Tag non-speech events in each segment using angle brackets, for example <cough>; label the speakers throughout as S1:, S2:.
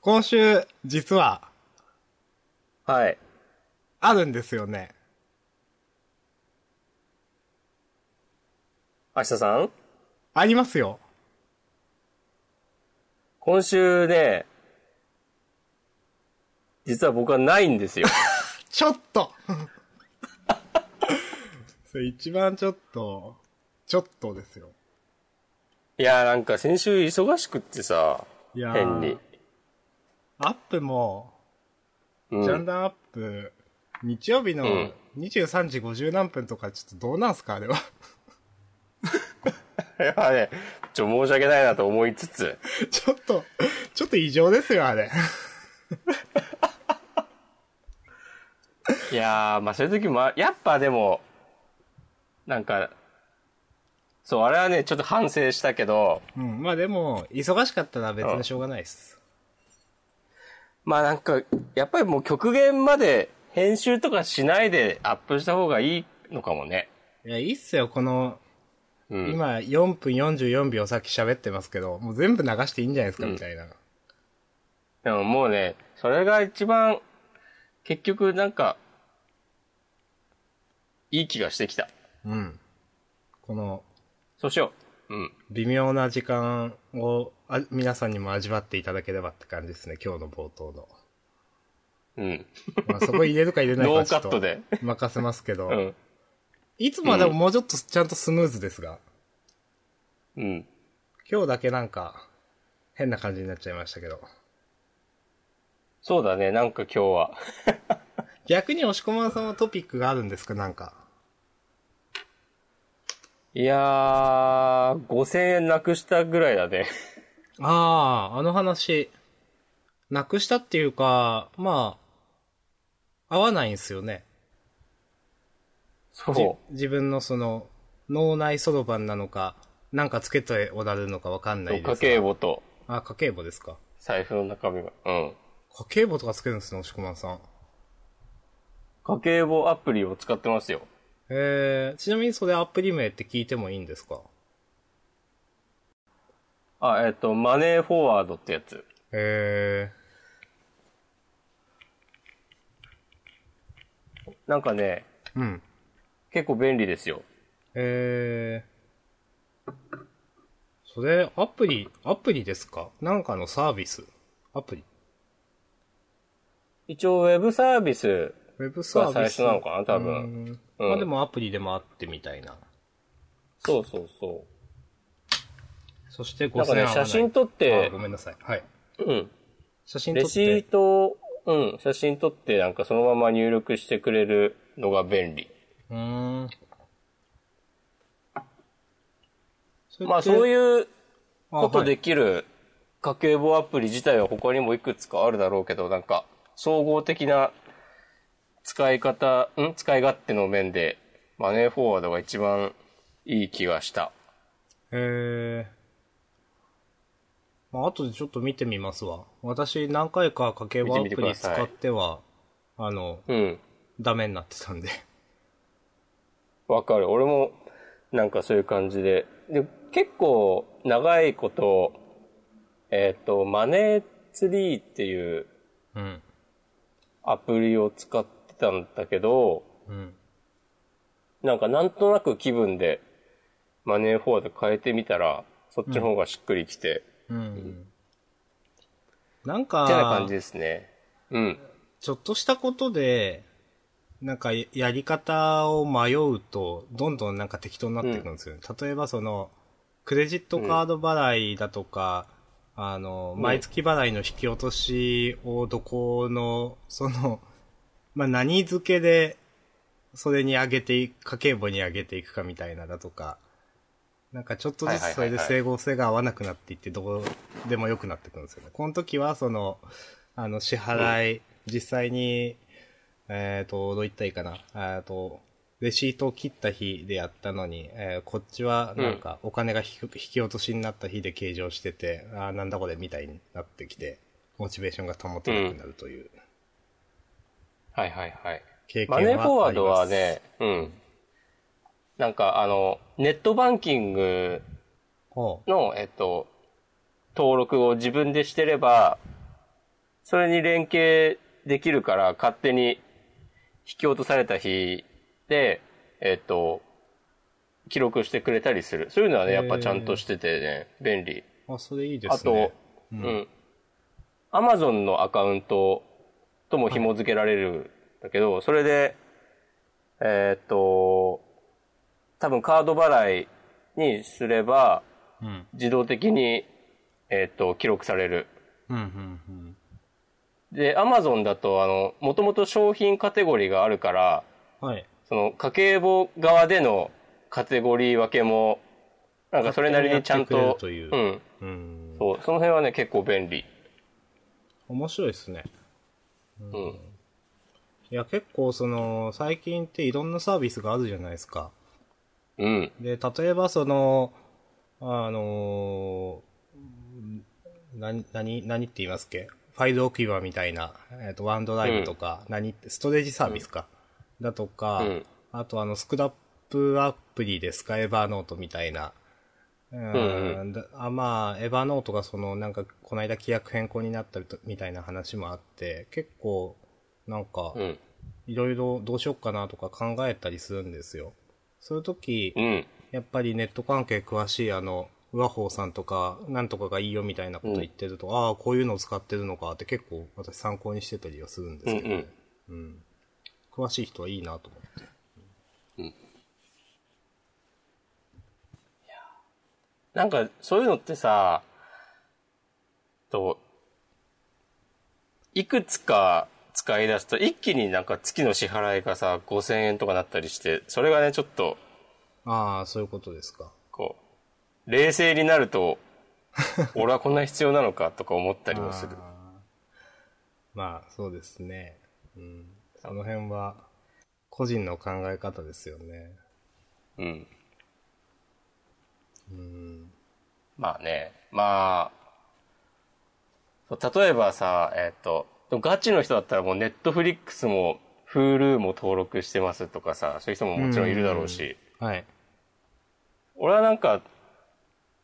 S1: 今週、実は、
S2: はい。
S1: あるんですよね。
S2: 明日さん
S1: ありますよ。
S2: 今週ね、実は僕はないんですよ。 <laughs>
S1: ちょっと <laughs> それ一番ちょっと、ちょっとですよ。
S2: いやーなんか先週忙しくってさ、
S1: いやー
S2: 変に。
S1: アップも、
S2: う
S1: ジャン
S2: ん。
S1: ダンアップ、日曜日の
S2: うん
S1: 23時50何分とかちょっとどうなんすかあれは。 <laughs>
S2: あれはね、ちょ、申し訳ないなと思いつつ、
S1: ちょっと、ちょっと異常ですよ、あれ。
S2: いやー、まあそういう時も、やっぱでも、なんか、そう、あれはね、ちょっと反省したけど、
S1: うん、まあでも、忙しかったら別にしょうがないです。
S2: まあなんか、やっぱりもう極限まで編集とかしないでアップした方がいいのかもね。
S1: いや、いいっすよ、この、
S2: うん。
S1: 今4分44秒さっき喋ってますけど、もう全部流していいんじゃないですか、
S2: うん
S1: みたいな。
S2: でももうね、それが一番、結局なんか、いい気がしてきた。
S1: うん。この、
S2: そうしよう。うん。
S1: 微妙な時間をあ皆さんにも味わっていただければって感じですね、今日の冒頭 <laughs> の。
S2: うん。
S1: まあそこ入れるか入れないか
S2: ノ
S1: は
S2: ー
S1: ち
S2: カ
S1: ょっ
S2: ット
S1: と
S2: で。
S1: 任せますけど、
S2: うん。
S1: いつもはでももうちょっとちゃんとスムーズですが、
S2: うん。
S1: 今日だけなんか変な感じになっちゃいましたけど。
S2: そうだね、なんか今日は。
S1: 逆に押し込まんさんはトピックがあるんですかなんか。
S2: いやー、5000円なくしたぐら
S1: <laughs>
S2: いだね。
S1: ああ、あの話。なくしたっていうか、まあ、合わないんですよね。じ
S2: そ
S1: 自分のその、脳内そろばんなのか、なんかつけておられるのかわかん
S2: う。
S1: ないですが。
S2: 家計簿と
S1: あ、家計簿ですか。
S2: 財布の中身が。うん。
S1: 家計簿とかつけるんですね、押し込まんさん。
S2: 家計簿アプリを使ってますよ。
S1: えー、ちなみにそれアプリ名って聞いてもいいんですか
S2: あ、えっ、と、マネーフォワードってやつ。
S1: え
S2: なんかね、
S1: ー、うん。
S2: 結構便利ですよ。
S1: えー、それ、アプリ、アプリですかなんかのサービスアプリ
S2: 一応、ウェブサービス
S1: ウェブサー
S2: が
S1: ビス
S2: 最初なのかな、多
S1: う
S2: 分。
S1: ん
S2: うん
S1: まあでもアプリでもあってみたいな。
S2: そうそうそ
S1: そして
S2: う。なんか
S1: 5000円
S2: ね、
S1: は
S2: 写真撮っ
S1: あ
S2: て
S1: ご、めんなさい。はい。
S2: うん。
S1: 写真撮
S2: レ
S1: っ
S2: シー
S1: て。
S2: トを、うん、写真撮って、なんかそのまま入力してくれるのが便利。
S1: うーん。
S2: まあ、そう
S1: う
S2: いうこ
S1: こと
S2: できる家計簿アプリ自体は他にもいくつかあるだろうけど、なんか、総合的な使い方、ん使い勝手の面で、マネーフォワードが一番いい気がした。
S1: えー。まあ、後でちょっと見てみますわ。私、何回か家計簿ア
S2: 見て
S1: プ
S2: み
S1: リ
S2: てください
S1: 使っては、あの、
S2: うん。
S1: ダメになってたんで。
S2: わかる。俺も、なんかそういう感じで。で、結構、長いこと、えっ、と、マネーツリーっていう
S1: うん。
S2: アプリを使ってたんだけど、
S1: うん。
S2: なんかなんとなく気分で、マネーフォワード変えてみたら、そっちの方がしっくりきて、
S1: うん。なん
S2: ってな感
S1: か
S2: じ、ですね。うん。
S1: ちょっとしたことで、なんかややり方を迷うと、どんどんなんか適当になっていくんですよね。例えばその、クレジットカード払いだとか、あの、
S2: ん
S1: 毎月払いの引き落としをどこの、その、まあ、何付けで、それに上げていく、家計簿に上げていくかみたいなだとか、なんかちょっとずつそれで整合性が合わなくなっていって、どうでも良くなってくるんですよね。この時は、その、あの、支払い、実際に、えっ、と、どう言ったらいいかな、えっと、レシートを切った日でやったのに、えーこっちはなんかお金が引く引き落としになった日で計上してて、ああ、なんだこれみたいになってきて、モチベーションが保てなくなるという
S2: はいはいはい。
S1: 経験は
S2: マ
S1: あり
S2: ネ
S1: ます。
S2: ーフォワードはね、うん。なんかあの、ネットバンキング
S1: ほう、
S2: の、えっと、登録を自分でしてれば、それに連携できるから、勝手に引き落とされた日で、えっと、記録してくれたりする。そういうのはね、やっぱちゃんとしててね、便利。
S1: あ、それいいで
S2: あ
S1: すね
S2: と。、うん。アマゾンのアカウントとも紐付けられるんだけど、それで、えーっと、多分カード払いにすれば、
S1: うん。
S2: 自動的に、えーっと、記録される。
S1: うん、うん、うん。
S2: で、アマゾンだと、あの、もともと商品カテゴリーがあるから、
S1: はい。
S2: その家計簿側でのカテゴリー分けも、なんかそれなりにちゃんと、
S1: 勝手にやってく
S2: う
S1: れ
S2: ん、
S1: うん。
S2: そう、その辺はね、結構便利。
S1: 面白いですね。
S2: うん。
S1: いや、結構その、最近っていろんなサービスがあるじゃないですか。
S2: うん。
S1: で、例えばその、あのー、何、何、何って言いますっけファイル置き場みたいな、えっ、と、ワンドライブとか、何って、ストレージサービスか。だとか、
S2: うん
S1: あとあの、スクラップアプリで使えエヴァノートみたいな。うん
S2: ん
S1: だあまあ、エヴァノートがその、なんか、この間規約変更になったりとみたいな話もあって、結構、なんか、
S2: うん。
S1: いろいろどうしようかなとか考えたりするんですよ。そういう時、
S2: うん。
S1: やっぱりネット関係詳しいあの、和宝さんとか、なんとかがいいよみたいなこと言ってると、ああ、こういうのを使ってるのかって結構私参考にしてたりはするんですけどね。うん、詳しい人はいいなと思って。
S2: なんか、そういうのってさ、と、いくつか使い出すと、一気になんか月の支払いがさ、5000円とかなったりして、それがね、ちょっと、
S1: ああ、そういうことですか。
S2: こう、冷静になると、俺はこんな必要なのかとか思ったりもする。
S1: あーまあ、そうですね。うん。その辺は、個人の考え方ですよね。
S2: うん。
S1: うん。
S2: まあね、まあ、そう例えばさ、えっ、と、でもガチの人だったらもうネットフリックスも、Hulu も登録してますとかさ、そういう人ももちろんいるだろうし、
S1: はい。
S2: 俺はなんか、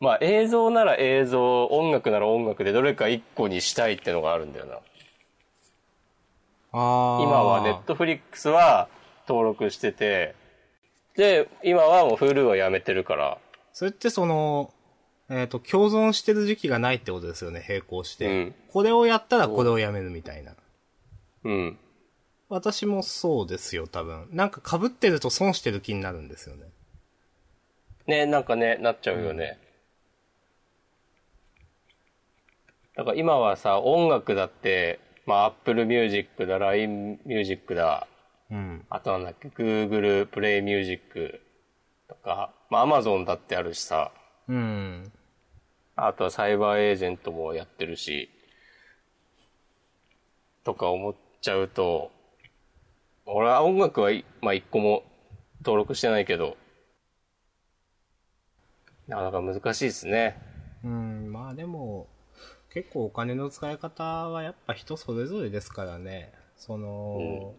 S2: まあ映像なら映像、音楽なら音楽でどれか一個にしたいってのがあるんだよな。
S1: ああ。
S2: 今はネットフリックスは登録してて、で、今はもう Hulu はやめてるから、
S1: それってその、えっ、と、共存してる時期がないってことですよね、並行して。
S2: うん
S1: これをやったらこれをやめるみたいな。
S2: うん。
S1: 私もそうですよ、多分。なんか被ってると損してる気になるんですよね。
S2: ね、なんかね、なっちゃうよね。だから今はさ、音楽だって、まあ Apple Music だ、LINE Music だ、
S1: うん。
S2: あとなんだっけ、Google Play Music とか、まあ Amazon だってあるしさ、
S1: うん。
S2: あとはサイバーエージェントもやってるし、とか思っちゃうと、俺は音楽はい、まあ一個も登録してないけど、なかなか難しいですね。
S1: うん、まあでも、結構お金の使い方はやっぱ人それぞれですからね。その、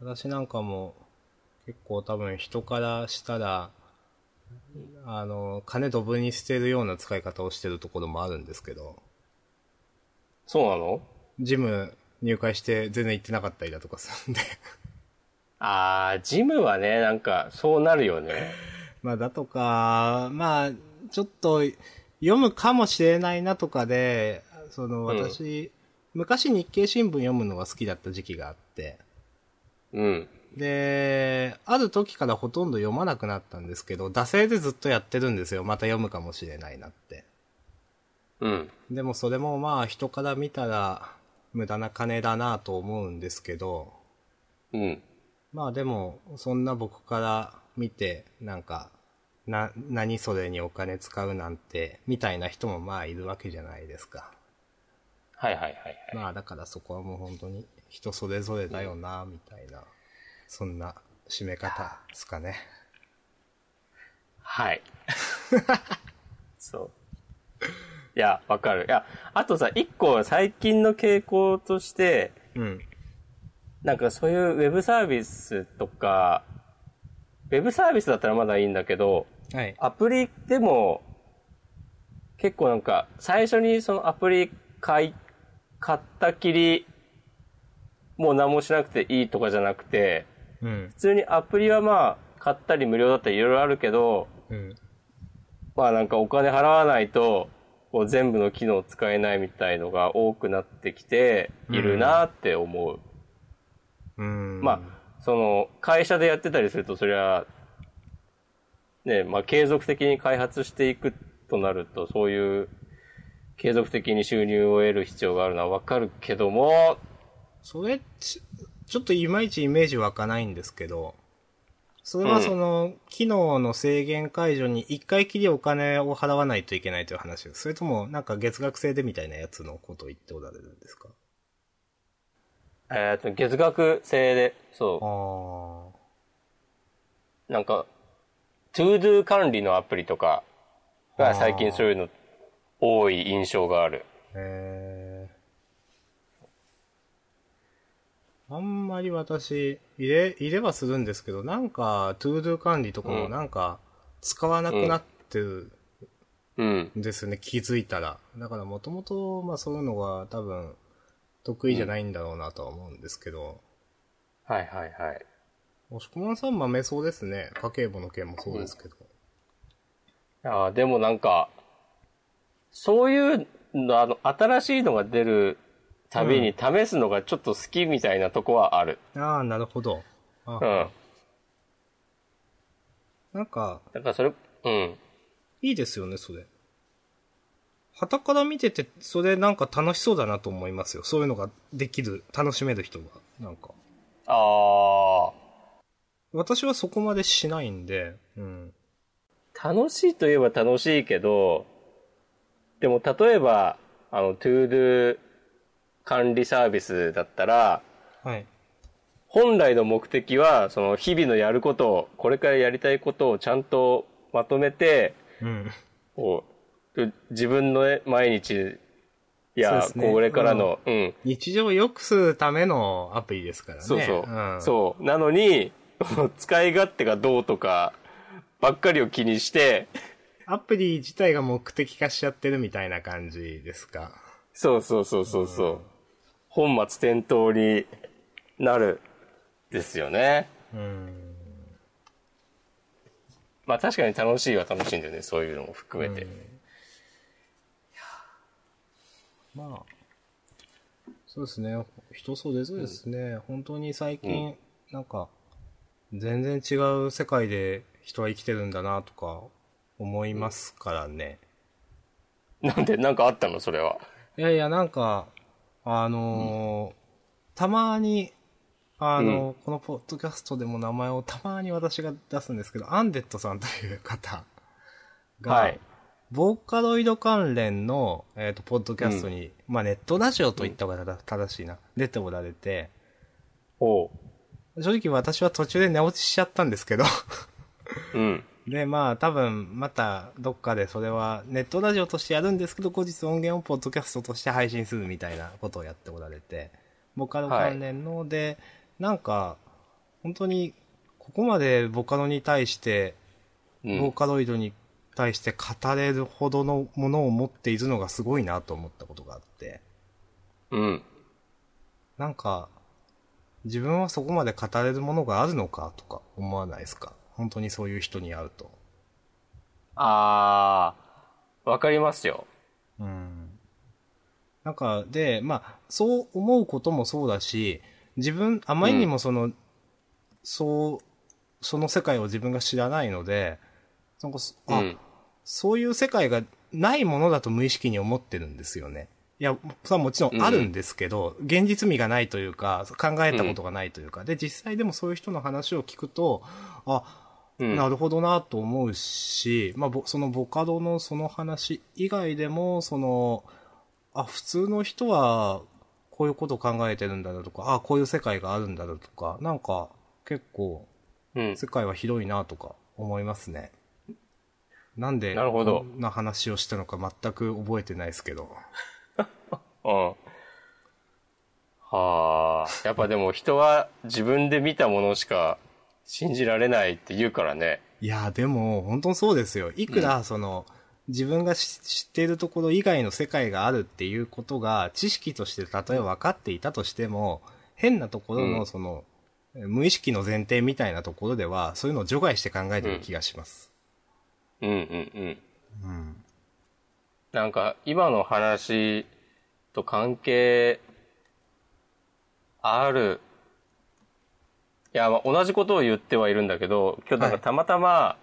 S1: 私なんかも結構多分人からしたら、あの、金ドブに捨てるような使い方をしてるところもあるんですけど、
S2: そうなの
S1: ジム入会して全然行ってなかったりだとかするんで、
S2: あー、ジムはね、なんかそうなるよね。
S1: まあだとか、まあ、ちょっと読むかもしれないなとかで、その
S2: うん
S1: 私、昔日経新聞読むのが好きだった時期があって、
S2: うん。
S1: で、ある時からほとんど読まなくなったんですけど、惰性でずっとやってるんですよ。また読むかもしれないなって。
S2: うん。
S1: でもそれもまあ人から見たら無駄な金だなと思うんですけど、
S2: うん。
S1: まあでも、そんな僕から見て、なんか、な、何それにお金使うなんて、みたいな人もまあいるわけじゃないですか。
S2: はいはいはいはい。
S1: まあだからそこはもう本当に人それぞれだよな、みたいな、そんな締め方ですかね。
S2: はい。そう。いや、わかる。いや、あとさ、一個最近の傾向として、
S1: うん。
S2: なんかそういうウェブサービスとか、ウェブサービスだったらまだいいんだけど、
S1: はい。
S2: アプリでも、結構なんか、最初にそのアプリ買い、買ったきり、もう何もしなくていいとかじゃなくて、
S1: うん
S2: 普。通にアプリはまあ、買ったり無料だったりいろいろあるけど、
S1: うん。
S2: まあなんかお金払わないと、こう全部の機能使えないみたいのが多くなってきているなって思う。
S1: うん。
S2: まあ、その、会社でやってたりすると、それは、ね、まあ、継続的に開発していくとなると、そういう、継続的に収入を得る必要があるのはわかるけども、
S1: それち、ちょっといまいちイメージ湧かないんですけど、それはその、機能の制限解除に一回きりお金を払わないといけないという話です。それとも、なんか月額制でみたいなやつのことを言っておられるんですか
S2: えっ、と、月額制で、
S1: あ
S2: そ
S1: あ。
S2: う、なんか、to do 管理のアプリとかが最近そういうの多い印象がある。
S1: えー、あんまり私、入れ、入れはするんですけど、なんか、トゥードゥ管理とか
S2: う
S1: も
S2: ん
S1: なんか、使わなくなってる
S2: うん。
S1: んですよね、気づいたら。だからもともと、まあそういうのが多分、得意じゃないんだろうなとは思うんですけど、
S2: はいはいはい。
S1: 押し込まんさん豆そうですね。家計簿の件もそうですけど。
S2: ああ、でもなんか、そういうの、あの、新しいのが出るたびに試すのがちょっと好きみたいなとこはある。
S1: ああ、なるほど。あ
S2: うん。
S1: なんか、
S2: だからそれ、うん。
S1: いいですよね、それ。旗から見てて、それなんか楽しそうだなと思いますよ。そういうのができる、楽しめる人が。なんか。
S2: あ
S1: 私はそこまでしないんで、うん。
S2: あ、楽しいといえば楽しいけど、でも例えば、あの、ToDo 管理サービスだったら、
S1: はい。
S2: 本来の目的は、その日々のやることを、これからやりたいことをちゃんとまとめて、
S1: うん。
S2: こうう自分のね毎日や
S1: そうで、すね
S2: これからの、うん、
S1: 日常を良くするためのアプリですからね。
S2: そうそう、
S1: ん、
S2: そう。なのに、 <laughs> 使い勝手がどうとか、ばっかりを気にして、
S1: アプリ自体が目的化しちゃってるみたいな感じですか。
S2: そうそうそうそうそう、本末転倒になる、ですよね。
S1: うん。
S2: まあ確かに楽しいは楽しいんだよね、そういうのも含めて。
S1: まあ、そうですね。人それぞれですね。本当に最近、なんか、全然違う世界で人は生きてるんだなとか思いますからね。
S2: なんで、なんかあったの、それは。
S1: いやいや、なんか、あのーたまに、あのーこのポッドキャストでも名前をたまに私が出すんですけど、アンデッドさんという方が、
S2: はい。
S1: ボーカロイド関連の、えっとポッドキャストに、まあネットラジオといった方が正しいな、出ておられて、
S2: おう。
S1: 正直私は途中で寝落ちしちゃったんですけど、
S2: うん。
S1: で、まあ多分またどっかでそれはネットラジオとしてやるんですけど、後日音源をポッドキャストとして配信するみたいなことをやっておられて、ボカロ関連ので、なんか、本当にここまでボカロに対して
S2: う
S1: ボー
S2: ん。
S1: カロイドに対して語れるほどのものを持っているのがすごいなと思ったことがあって、
S2: うん。
S1: なんか、自分はそこまで語れるものがあるのかとか思わないですか本当にそういう人に会うと。
S2: あー、わかりますよ。
S1: うん。なんか、で、まあ、そう思うこともそうだし、自分、あまりにもその、そう、その世界を自分が知らないので、なんかそ、
S2: う
S1: あ、
S2: ん。
S1: そういう世界がないものだと無意識に思ってるんですよね。いや、それはもちろんあるんですけど、現実味がないというか、考えたことがないというか、で、実際でもそういう人の話を聞くと、あ、
S2: うん
S1: なるほどなと思うし、まあ、ぼそのボカロのその話以外でも、その、あ、普通の人は、こういうこと考えてるんだなとか、あ、こういう世界があるんだなとか、なんか、結構、
S2: うん。
S1: 世界は広いなとか思いますね。なんで、
S2: なるほど
S1: こんな話をしたのか全く覚えてないですけど。
S2: うん。はあ。やっぱでも人は自分で見たものしか信じられないって言うからね。
S1: いや、でも、本当そうですよ。いくら、その、自分がし知っているところ以外の世界があるっていうことが、知識としてたとえ分かっていたとしても、変なところ
S2: う
S1: の、
S2: ん
S1: その、無意識の前提みたいなところでは、そういうのを除外して考えてる気がします。
S2: うんうんうん。
S1: うん。
S2: なんか、今の話と関係ある。いや、まあ、同じことを言ってはいるんだけど、今日なん
S1: は
S2: か
S1: い
S2: たまたま、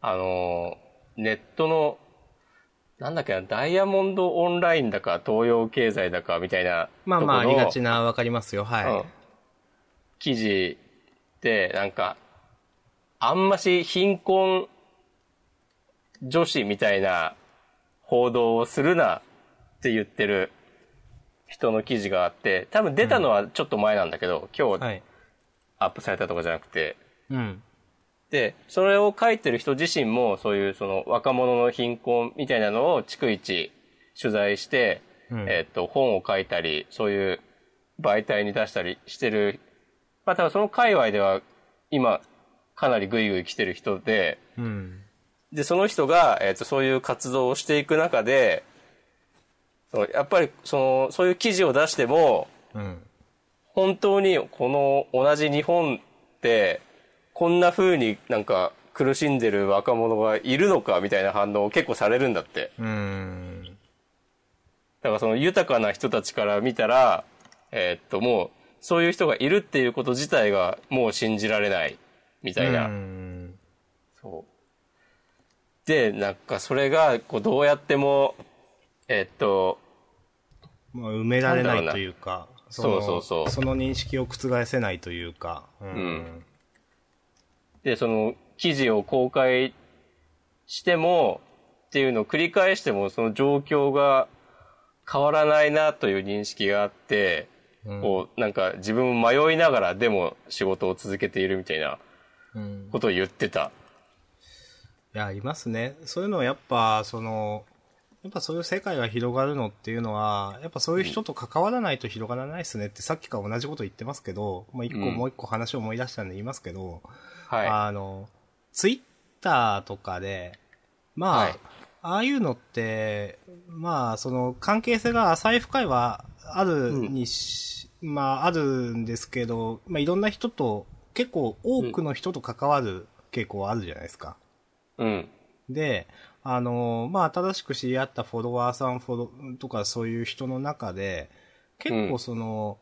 S2: あのー、ネットの、なんだっけな、ダイヤモンドオンラインだか、東洋経済だか、みたいな
S1: まあまあ、あ
S2: とこ
S1: り
S2: の
S1: がちな、わかりますよ。はい。
S2: うん記事で、なんか、あんまし貧困女子みたいな報道をするなって言ってる人の記事があって、多分出たのはちょっと前なんだけど、今
S1: は
S2: 日
S1: い。
S2: アップされたとかじゃなくて、
S1: うん。
S2: で、それを書いてる人自身も、そういうその若者の貧困みたいなのを逐一取材して、
S1: うん
S2: えっと、本を書いたり、そういう媒体に出したりしてる、まあ多分その界隈では今、かなりグイグイ来てる人で、
S1: うん。
S2: で、その人が、えっと、そういう活動をしていく中で、そのやっぱり、その、そういう記事を出しても、
S1: うん。
S2: 本当にこの同じ日本ってこんな風になんか苦しんでる若者がいるのかみたいな反応を結構されるんだって。
S1: うん。
S2: だからその豊かな人たちから見たら、えーっともうそういう人がいるっていうこと自体がもう信じられないみたいな。
S1: うん
S2: そう。で、なんかそれがこうどうやっても、えーっと、
S1: まあ、埋められな
S2: なんだ
S1: いと
S2: ろうな
S1: いうか、
S2: そう
S1: の
S2: そうそう
S1: その認識を覆せないというか、うん。
S2: んで、その記事を公開してもっていうのを繰り返してもその状況が変わらないなという認識があって、
S1: うん
S2: こうなんか自分も迷いながらでも仕事を続けているみたいな
S1: うん
S2: ことを言ってた。
S1: いや、いますね。そういうのはやっぱ、その、やっぱそういう世界が広がるのっていうのは、やっぱそういう人と関わらないと広がらないですねって、さっきから同じこと言ってますけど、もう一個、
S2: うん
S1: もう一個話を思い出したんで言いますけど、
S2: は
S1: あの、ツイッターとかで、まあ、
S2: はい
S1: ああいうのって、まあ、その、関係性が浅い深いはあるにし、まあ、あるんですけど、まあ、いろんな人と、結構多くの人と関わる傾向はあるじゃないですか。
S2: い。うん。
S1: で、あの、まあ、新しく知り合ったフォロワーさんフォロとかそういう人の中で、結構その、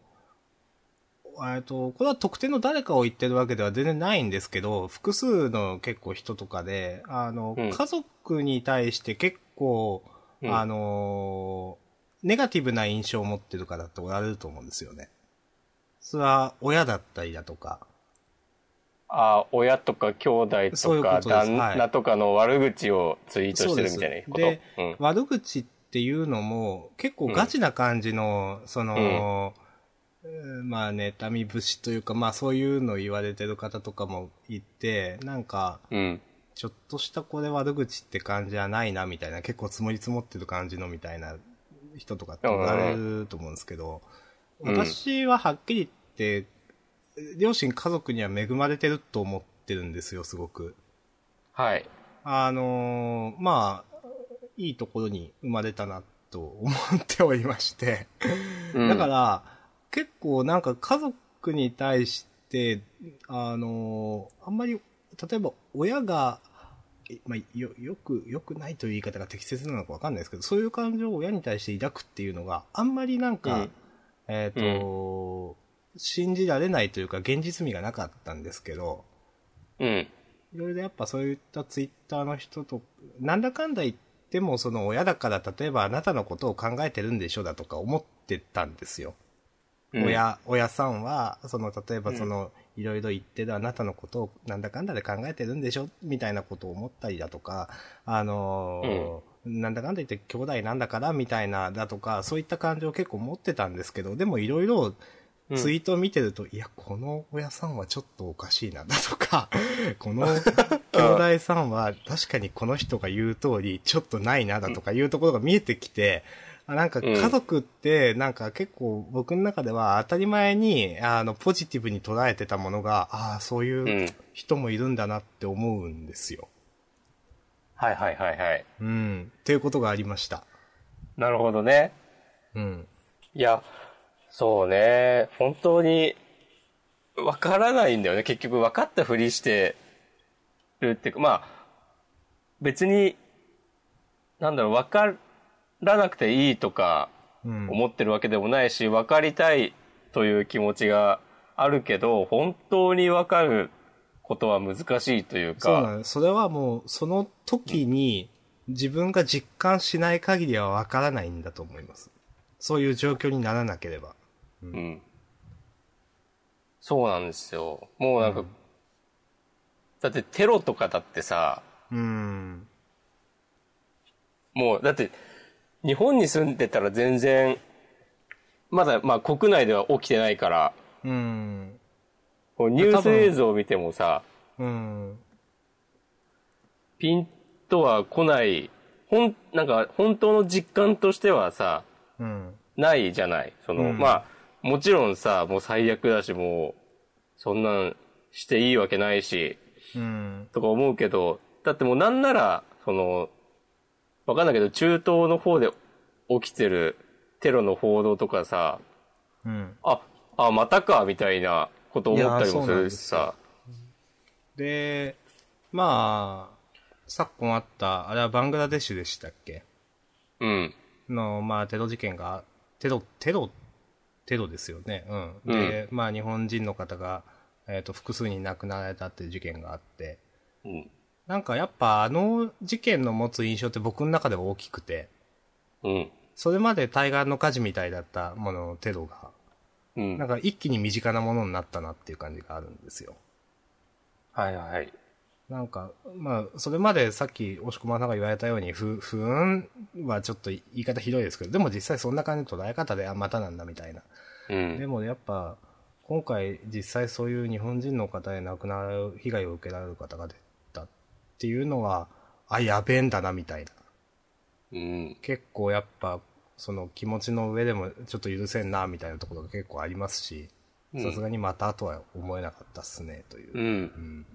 S1: えっと、これは特定の誰かを言ってるわけでは全然ないんですけど、複数の結構人とかで、あの、
S2: うん
S1: 家族に対して結構、
S2: うん
S1: あの、ネガティブな印象を持ってる方っておられると思うんですよね。それは親だったりだとか、
S2: ああ、親とか兄弟
S1: そうい
S2: と
S1: うこと
S2: か
S1: です
S2: 旦
S1: は
S2: 那
S1: い
S2: とかの悪口をツイート
S1: そ
S2: し
S1: うで
S2: てる
S1: す
S2: みたいなこと。
S1: で、
S2: うん
S1: 悪口っていうのも、結構ガチな感じの、その、うんまあ、妬み節というか、まあそういうのを言われてる方とかもいて、なんか、
S2: うん。
S1: ちょっとしたこれ悪口って感じじゃないな、みたいな、結構積もり積もってる感じのみたいな人とかっておられると思うんですけど、
S2: うん
S1: 私ははっきり言って、両親家族には恵まれてると思ってるんですよ、すごく。
S2: はい。
S1: あのーまあ、いいところに生まれたなと思っておりまして。
S2: うん
S1: だから、結構なんか家族に対して、あのーあんまり、例えば親が、えまあ、よ、よく、よくないという言い方が適切なのかわかんないですけど、そういう感情を親に対して抱くっていうのがあんまりなんか、
S2: うん
S1: えっ、と、信じられないというか現実味がなかったんですけど、
S2: うん。
S1: いろいろやっぱそういったツイッターの人と、なんだかんだ言っても、その親だから例えばあなたのことを考えてるんでしょだとか思ってたんですよ。
S2: うん。
S1: 親、親さんは、その例えばその、いろいろ言ってるあなたのことをなんだかんだで考えてるんでしょみたいなことを思ったりだとか、あのーなんだかんだ言って兄弟なんだからみたいなだとか、そういった感情を結構持ってたんですけど、でもいろいろ
S2: うん
S1: ツイートを見てると、いや、この親さんはちょっとおかしいな、だと
S2: <laughs>
S1: か、この兄弟さんは確かにこの人が言う通り、ちょっとないな、だとかいうところが見えてきて、あなんか
S2: うん
S1: 家族って、なんか結構僕の中では当たり前に、あの、ポジティブに捉えてたものが、ああ、そういううん人もいるんだなって思うんですよ。
S2: はいはいはいはい。
S1: うん。っていうことがありました。
S2: なるほどね。
S1: うん。
S2: いや、そうね。本当に、わからないんだよね。結局、分かったふりしてるっていうか、まあ、別に、なんだろう、分からなくていいとか、
S1: うん。
S2: 思ってるわけでもないし、分かりたいという気持ちがあるけど、本当に分かることは難しいという
S1: そうな
S2: か、
S1: の。それはもう、その時に、自分が実感しない限りはわからないんだと思います。そういう状況にならなければ。
S2: うん。そうなんですよ。もうなんか、だってテロとかだってさ、
S1: うん。
S2: もう、だって、日本に住んでたら全然、まだ、まあ国内では起きてないから、
S1: うん。
S2: こうニュース映像を見てもさ、
S1: うん。
S2: ピンとは来ない、ほん、なんか本当の実感としてはさ、
S1: うん。
S2: ないじゃない。その、
S1: うん
S2: まあ、もちろんさ、もう最悪だし、もう、そんなんしていいわけないし、
S1: うん。
S2: とか思うけど、だってもうなんなら、その、わかんないけど、中東の方で起きてるテロの報道とかさ、
S1: うん。
S2: あ、あ、またか、みたいなこと思ったりもするしさ。
S1: で、まあ、昨今あった、あれはバングラデシュでしたっけ
S2: うん。
S1: の、まあ、テロ事件が、テロ、テロ、テロですよね。うん。で、まあ、日本人の方が、えっ、と、複数に亡くなられたっていう事件があって、
S2: うん。
S1: なんかやっぱあの事件の持つ印象って僕の中では大きくて、
S2: うん。
S1: それまで対岸の火事みたいだったもののテロが、
S2: うん。
S1: なんか一気に身近なものになったなっていう感じがあるんですよ。
S2: はいはい。
S1: なんか、まあ、それまでさっき、押し込まさんが言われたように、ふ、不運はちょっと言い方ひどいですけど、でも実際そんな感じの捉え方で、あ、またなんだみたいな。
S2: う
S1: で
S2: ん。
S1: もやっぱ、今回実際そういう日本人の方で亡くなる被害を受けられる方が出たっていうのは、あ、やべえんだなみたいな。
S2: うん。
S1: 結構やっぱ、その気持ちの上でもちょっと許せんなみたいなところが結構ありますし、
S2: うん
S1: さすがにまたとは思えなかったっすね、という。
S2: うん。
S1: ん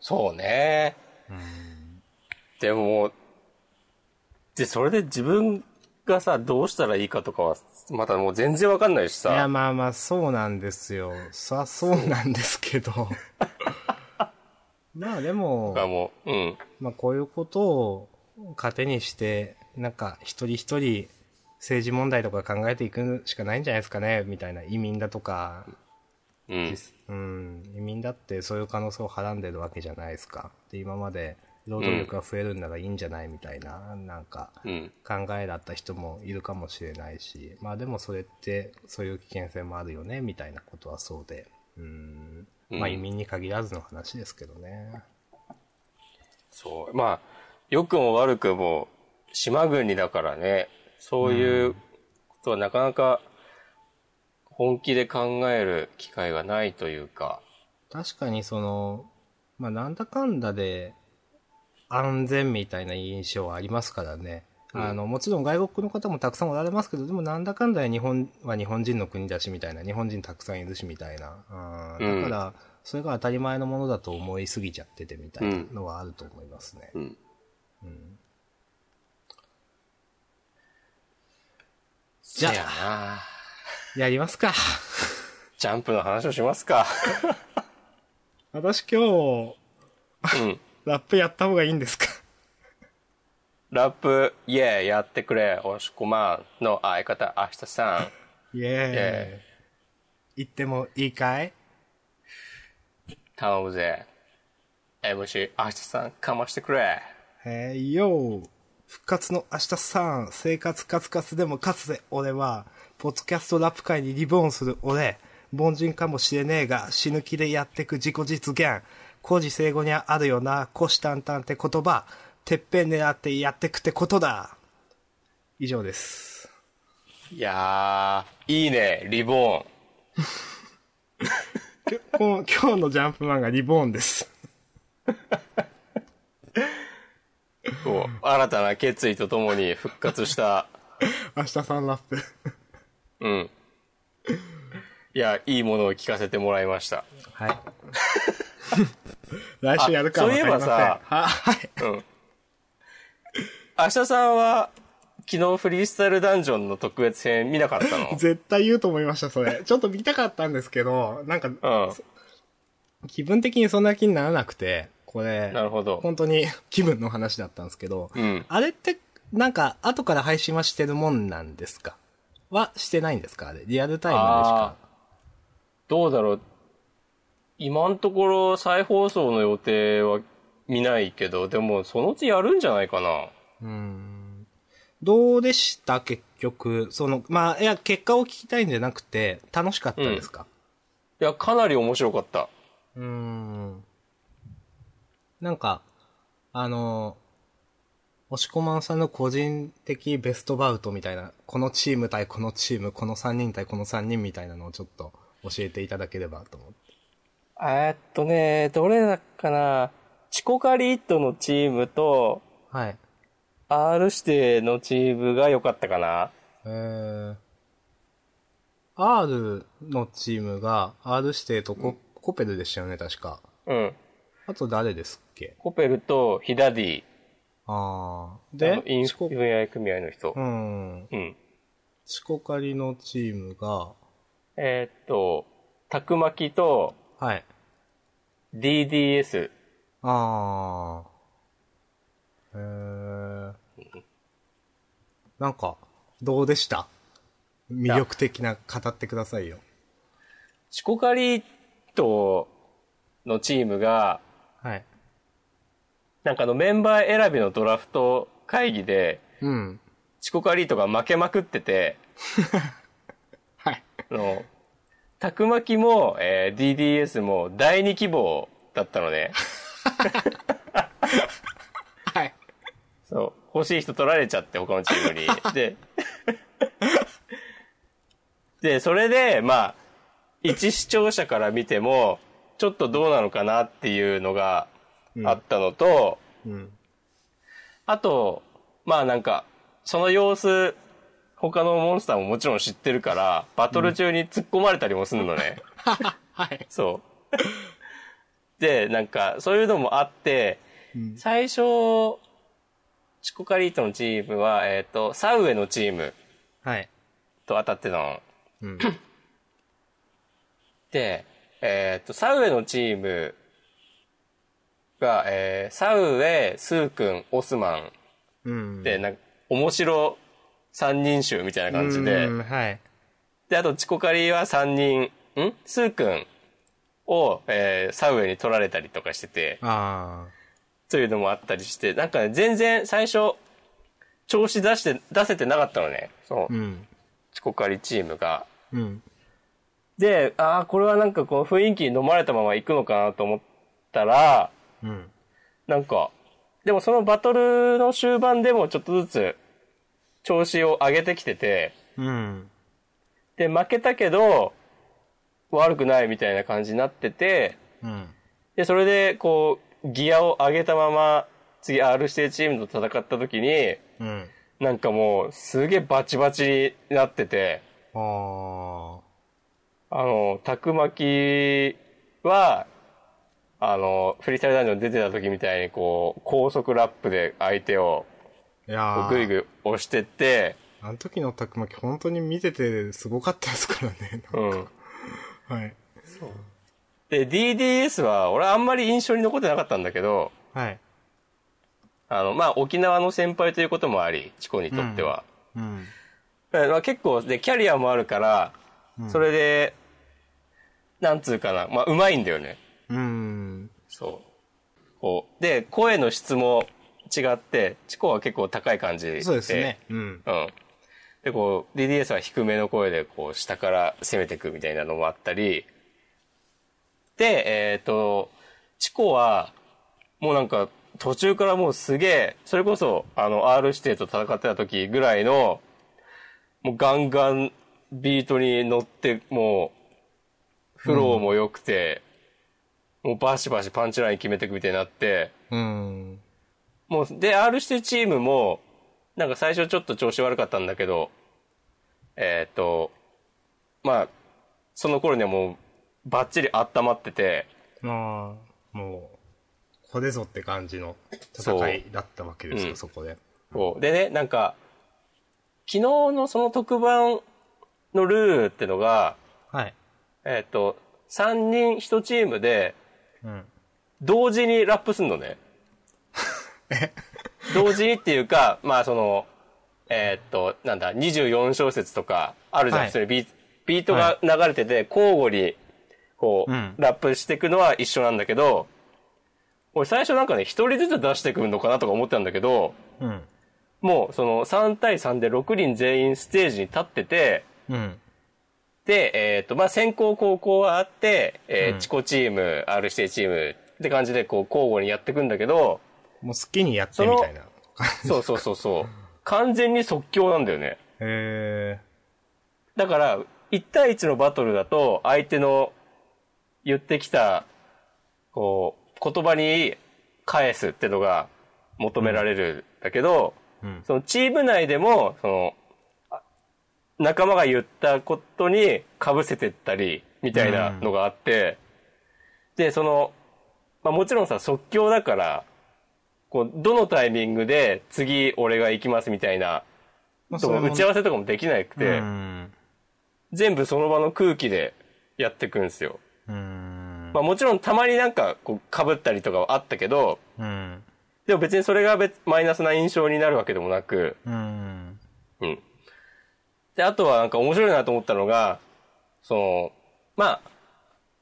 S2: そうね。でも、で、それで自分がさ、どうしたらいいかとかは、またもう全然わかんないし
S1: いや、
S2: さ。
S1: まあまあ、そうなんですよ。さ、そうなんですけど。まあでも、
S2: がもう、うん。
S1: まあ、こういうことを糧にして、なんか一人一人政治問題とか考えていくしかないんじゃないですかね、みたいな移民だとか、
S2: うん。
S1: うん、移民だってそういう可能性をはらんでるわけじゃないですか。で、今まで労働力が増えるんならいいんじゃないみたいな、なんか
S2: うん。
S1: 考えだった人もいるかもしれないし、まあでもそれってそういう危険性もあるよね、みたいなことはそうで、うん、まあ
S2: うん
S1: 移民に限らずの話ですけどね。
S2: そう。まあ、良くも悪くも、島国だからね、そういううことはなかなか本気で考える機会がないというか、
S1: 確かにその、まあ、なんだかんだで安全みたいな印象はありますからね。
S2: うん
S1: あの、もちろん外国の方もたくさんおられますけど、でもなんだかんだで日本は日本人の国だしみたいな、日本人たくさんいるしみたいな。う
S2: うん
S1: ん、だから、それが当たり前のものだと思いすぎちゃっててみたいなのはあると思いますね。
S2: うん。
S1: じゃあ
S2: せやな
S1: やりますか。
S2: ジャンプの話をします <laughs> か。
S1: 私今日、
S2: うん。
S1: ラップやった方がいいんですか
S2: ラップ、イエーやってくれ、おしこまんの相方、明日さ <laughs>
S1: <laughs>
S2: ん。
S1: イエーイ。
S2: え
S1: 言ってもいいかい
S2: 頼むぜ。MC、明日さん、かましてくれ。
S1: えー、よう復活の明日さん、生活カツカツでも勝つぜ、俺は。ポッドキャストラップ界にリボーンする俺。凡人かもしれねえが、死ぬ気でやってく自己実現。古事生語にはあるよな、虎視眈々って言葉。てっぺん狙ってやってくってことだ。以上 <laughs> です。
S2: いやー、いいね、リボーン。
S1: きょ今日今日のジャンプ漫画リボーンです。
S2: こう、新たな決意とともに <laughs> 復活した、
S1: 明日さんラップ。
S2: うん。いや、いいものを聞かせてもらいました。
S1: はい。 <laughs> 来週やるか
S2: あ
S1: わ
S2: そう
S1: か
S2: いえ
S1: り
S2: ば
S1: ません。
S2: さ
S1: は、はい。
S2: うん。明日さんは、昨日フリースタイルダンジョンの特別編見なかった <laughs> の
S1: 絶対言うと思いました、それ。ちょっと見たかったんですけど、なんか、
S2: う
S1: 気分的にそんな気にならなくて、これ
S2: ん。、なるほど。
S1: 本当に気分の話だったんですけど、
S2: うん。
S1: あれって、なんか、後から配信はしてるもんなんですかはしてないんですかあれ。リアルタイムでし
S2: あ
S1: か。
S2: ーどうだろう。今のところ再放送の予定は見ないけど、でもそのうちやるんじゃないかな。
S1: うーんどうでした結局。その、まあ、いや、結果を聞きたいんじゃなくて、楽しかったですか、
S2: いや、かなり面白かった。
S1: うーん。なんか、あの、押し込まんさんの個人的ベストバウトみたいな、このチーム対このチーム、この3人対この3人みたいなのをちょっと教えていただければと思って。
S2: えっとね、どれだかな。チコカリットのチームと、
S1: はい。
S2: R 指定のチームが良かったかな。
S1: えー、R のチームが、R 指定とコ,、コペルでしたよね、確か。
S2: うん。
S1: あと誰ですっけ
S2: コペルとヒダディ。
S1: ああ。
S2: あ
S1: で
S2: の、イン
S1: 四
S2: フ
S1: 国、
S2: AI 組合の人
S1: う。ん。
S2: うん。
S1: チコカリのチームが、
S2: えーっと、たくまきと
S1: はい。
S2: DDS。
S1: ああ。へえ。なんか、どうでした魅力的な、語ってくださいよ。
S2: シコカリットのチームが、
S1: はい。
S2: なんかあのメンバー選びのドラフト会議で、
S1: うん。
S2: チコカリートが負けまくってて、
S1: はい。
S2: あの、たくまきも、えー DDS も第二希望だったので、
S1: はい。
S2: そう、欲しい人取られちゃって、他のチームに。で、で、それで、まあ、一視聴者から見ても、ちょっとどうなのかなっていうのがあったのと、
S1: うん。
S2: あと、まあなんか、その様子、他のモンスターももちろん知ってるから、バトル中に突っ込まれたりもするのね。
S1: はい。
S2: そう。で、なんか、そういうのもあって、
S1: うん
S2: 最初、チコカリートのチームは、えっ、と、サウエのチーム
S1: はい。
S2: と当たってたの。
S1: うん。
S2: で、えっ、と、サウエのチームが、えーサウエ、スー君、オスマン
S1: うん。
S2: で、なんか、面白三人衆みたいな感じで、
S1: うんはい。
S2: で、あと、チコカリは3人、んスー君を、えーサウエに取られたりとかしてて、
S1: あ
S2: というのもあったりして、なんかね、全然最初、調子出して、出せてなかったのね。そ
S1: あ。う
S2: う、
S1: ん。
S2: チコカリチームが。
S1: うん。
S2: で、ああ、これはなんかこう、雰囲気に飲まれたまま行くのかなと思ったら、
S1: うん。
S2: なんか、でもそのバトルの終盤でもちょっとずつ、調子を上げてきてて、
S1: うん。
S2: で、負けたけど、悪くないみたいな感じになってて、
S1: うん。
S2: で、それで、こう、ギアを上げたまま、次 R 指定チームと戦った時に、
S1: うん。
S2: なんかもう、すげえバチバチになってて、
S1: あ
S2: あの、たくまきは、あの、フリースタイルダンジョン出てた時みたいに、こう、高速ラップで相手を、
S1: あ。いや
S2: こ
S1: ー
S2: うぐいぐい押してって、
S1: あの時のたくまき本当に見ててすごかったですからね。 <laughs>
S2: うん。
S1: はい。
S2: で、DDS は、俺あんまり印象に残ってなかったんだけど、
S1: はい。
S2: あの、まあ、沖縄の先輩ということもあり、チコにとっては。
S1: うん。
S2: えまあ、結構、で、キャリアもあるから、それで、なんつうかな、まあ、うまいんだよね。
S1: うん。
S2: そう。こう。で、声の質も違って、チコは結構高い感じで。
S1: そうですね。。うん。
S2: うん。で、こう、DDS は低めの声で、こう、下から攻めていくみたいなのもあったり、で、えっ、と、チコは、もうなんか、途中からもうすげえ、それこそ、あの、R 指定と戦ってた時ぐらいの、もうガンガンビートに乗って、もう、フローも良くて、もうバシバシパンチライン決めていくみたいになって、
S1: うん。
S2: もう、で、R してチームも、なんか最初ちょっと調子悪かったんだけど、えーっ、と、まあ、その頃にはもう、バッチリ温まってて、
S1: ああ、もこれぞって感じの戦いだったわけです
S2: う
S1: よ、
S2: ん
S1: そこで。
S2: そうでね、なんか、昨日のその特番のルールってのが、
S1: はい。
S2: えっ、と、3人1チームで、
S1: うん。
S2: 同時にラップすんの
S1: <laughs>
S2: ね。同時にっていうか、まあその、えーっと、なんだ、24小節とかあるじゃん、
S1: はい
S2: それビービートが流れてて、交互に、こう、
S1: うん
S2: ラップしていくのは一緒なんだけど、俺最初なんかね、一人ずつ出してくるのかなとか思ってたんだけど、
S1: うん。
S2: もうその3対3で6人全員ステージに立ってて、
S1: うん。
S2: で、えっ、と、まあ、先行後攻はあって、えー
S1: うん
S2: チコチーム、R 指定チームって感じで、こう、交互にやっていくんだけど、
S1: もう好きにやってみたいな。
S2: そうそうそうそう。完全に即興なんだよね。
S1: <laughs> へ
S2: だから、1対1のバトルだと、相手の言ってきた、こう、言葉に返すってのが求められるんだけど、
S1: え。うん。
S2: そのチーム内でも、その、あ仲間が言ったことに被せてったり、みたいなのがあって、で、その、まあもちろんさ、即興だから、こう、どのタイミングで次俺が行きますみたいな、
S1: まあ
S2: とか打ち合わせとかもできなくて、
S1: うん。
S2: 全部その場の空気でやってくんですよ。
S1: うん
S2: まあもちろんたまになんかこう被ったりとかはあったけど、
S1: うん。
S2: でも別にそれが別マイナスな印象になるわけでもなく、
S1: うん。
S2: うん。で、あとはなんか面白いなと思ったのが、その、まあ、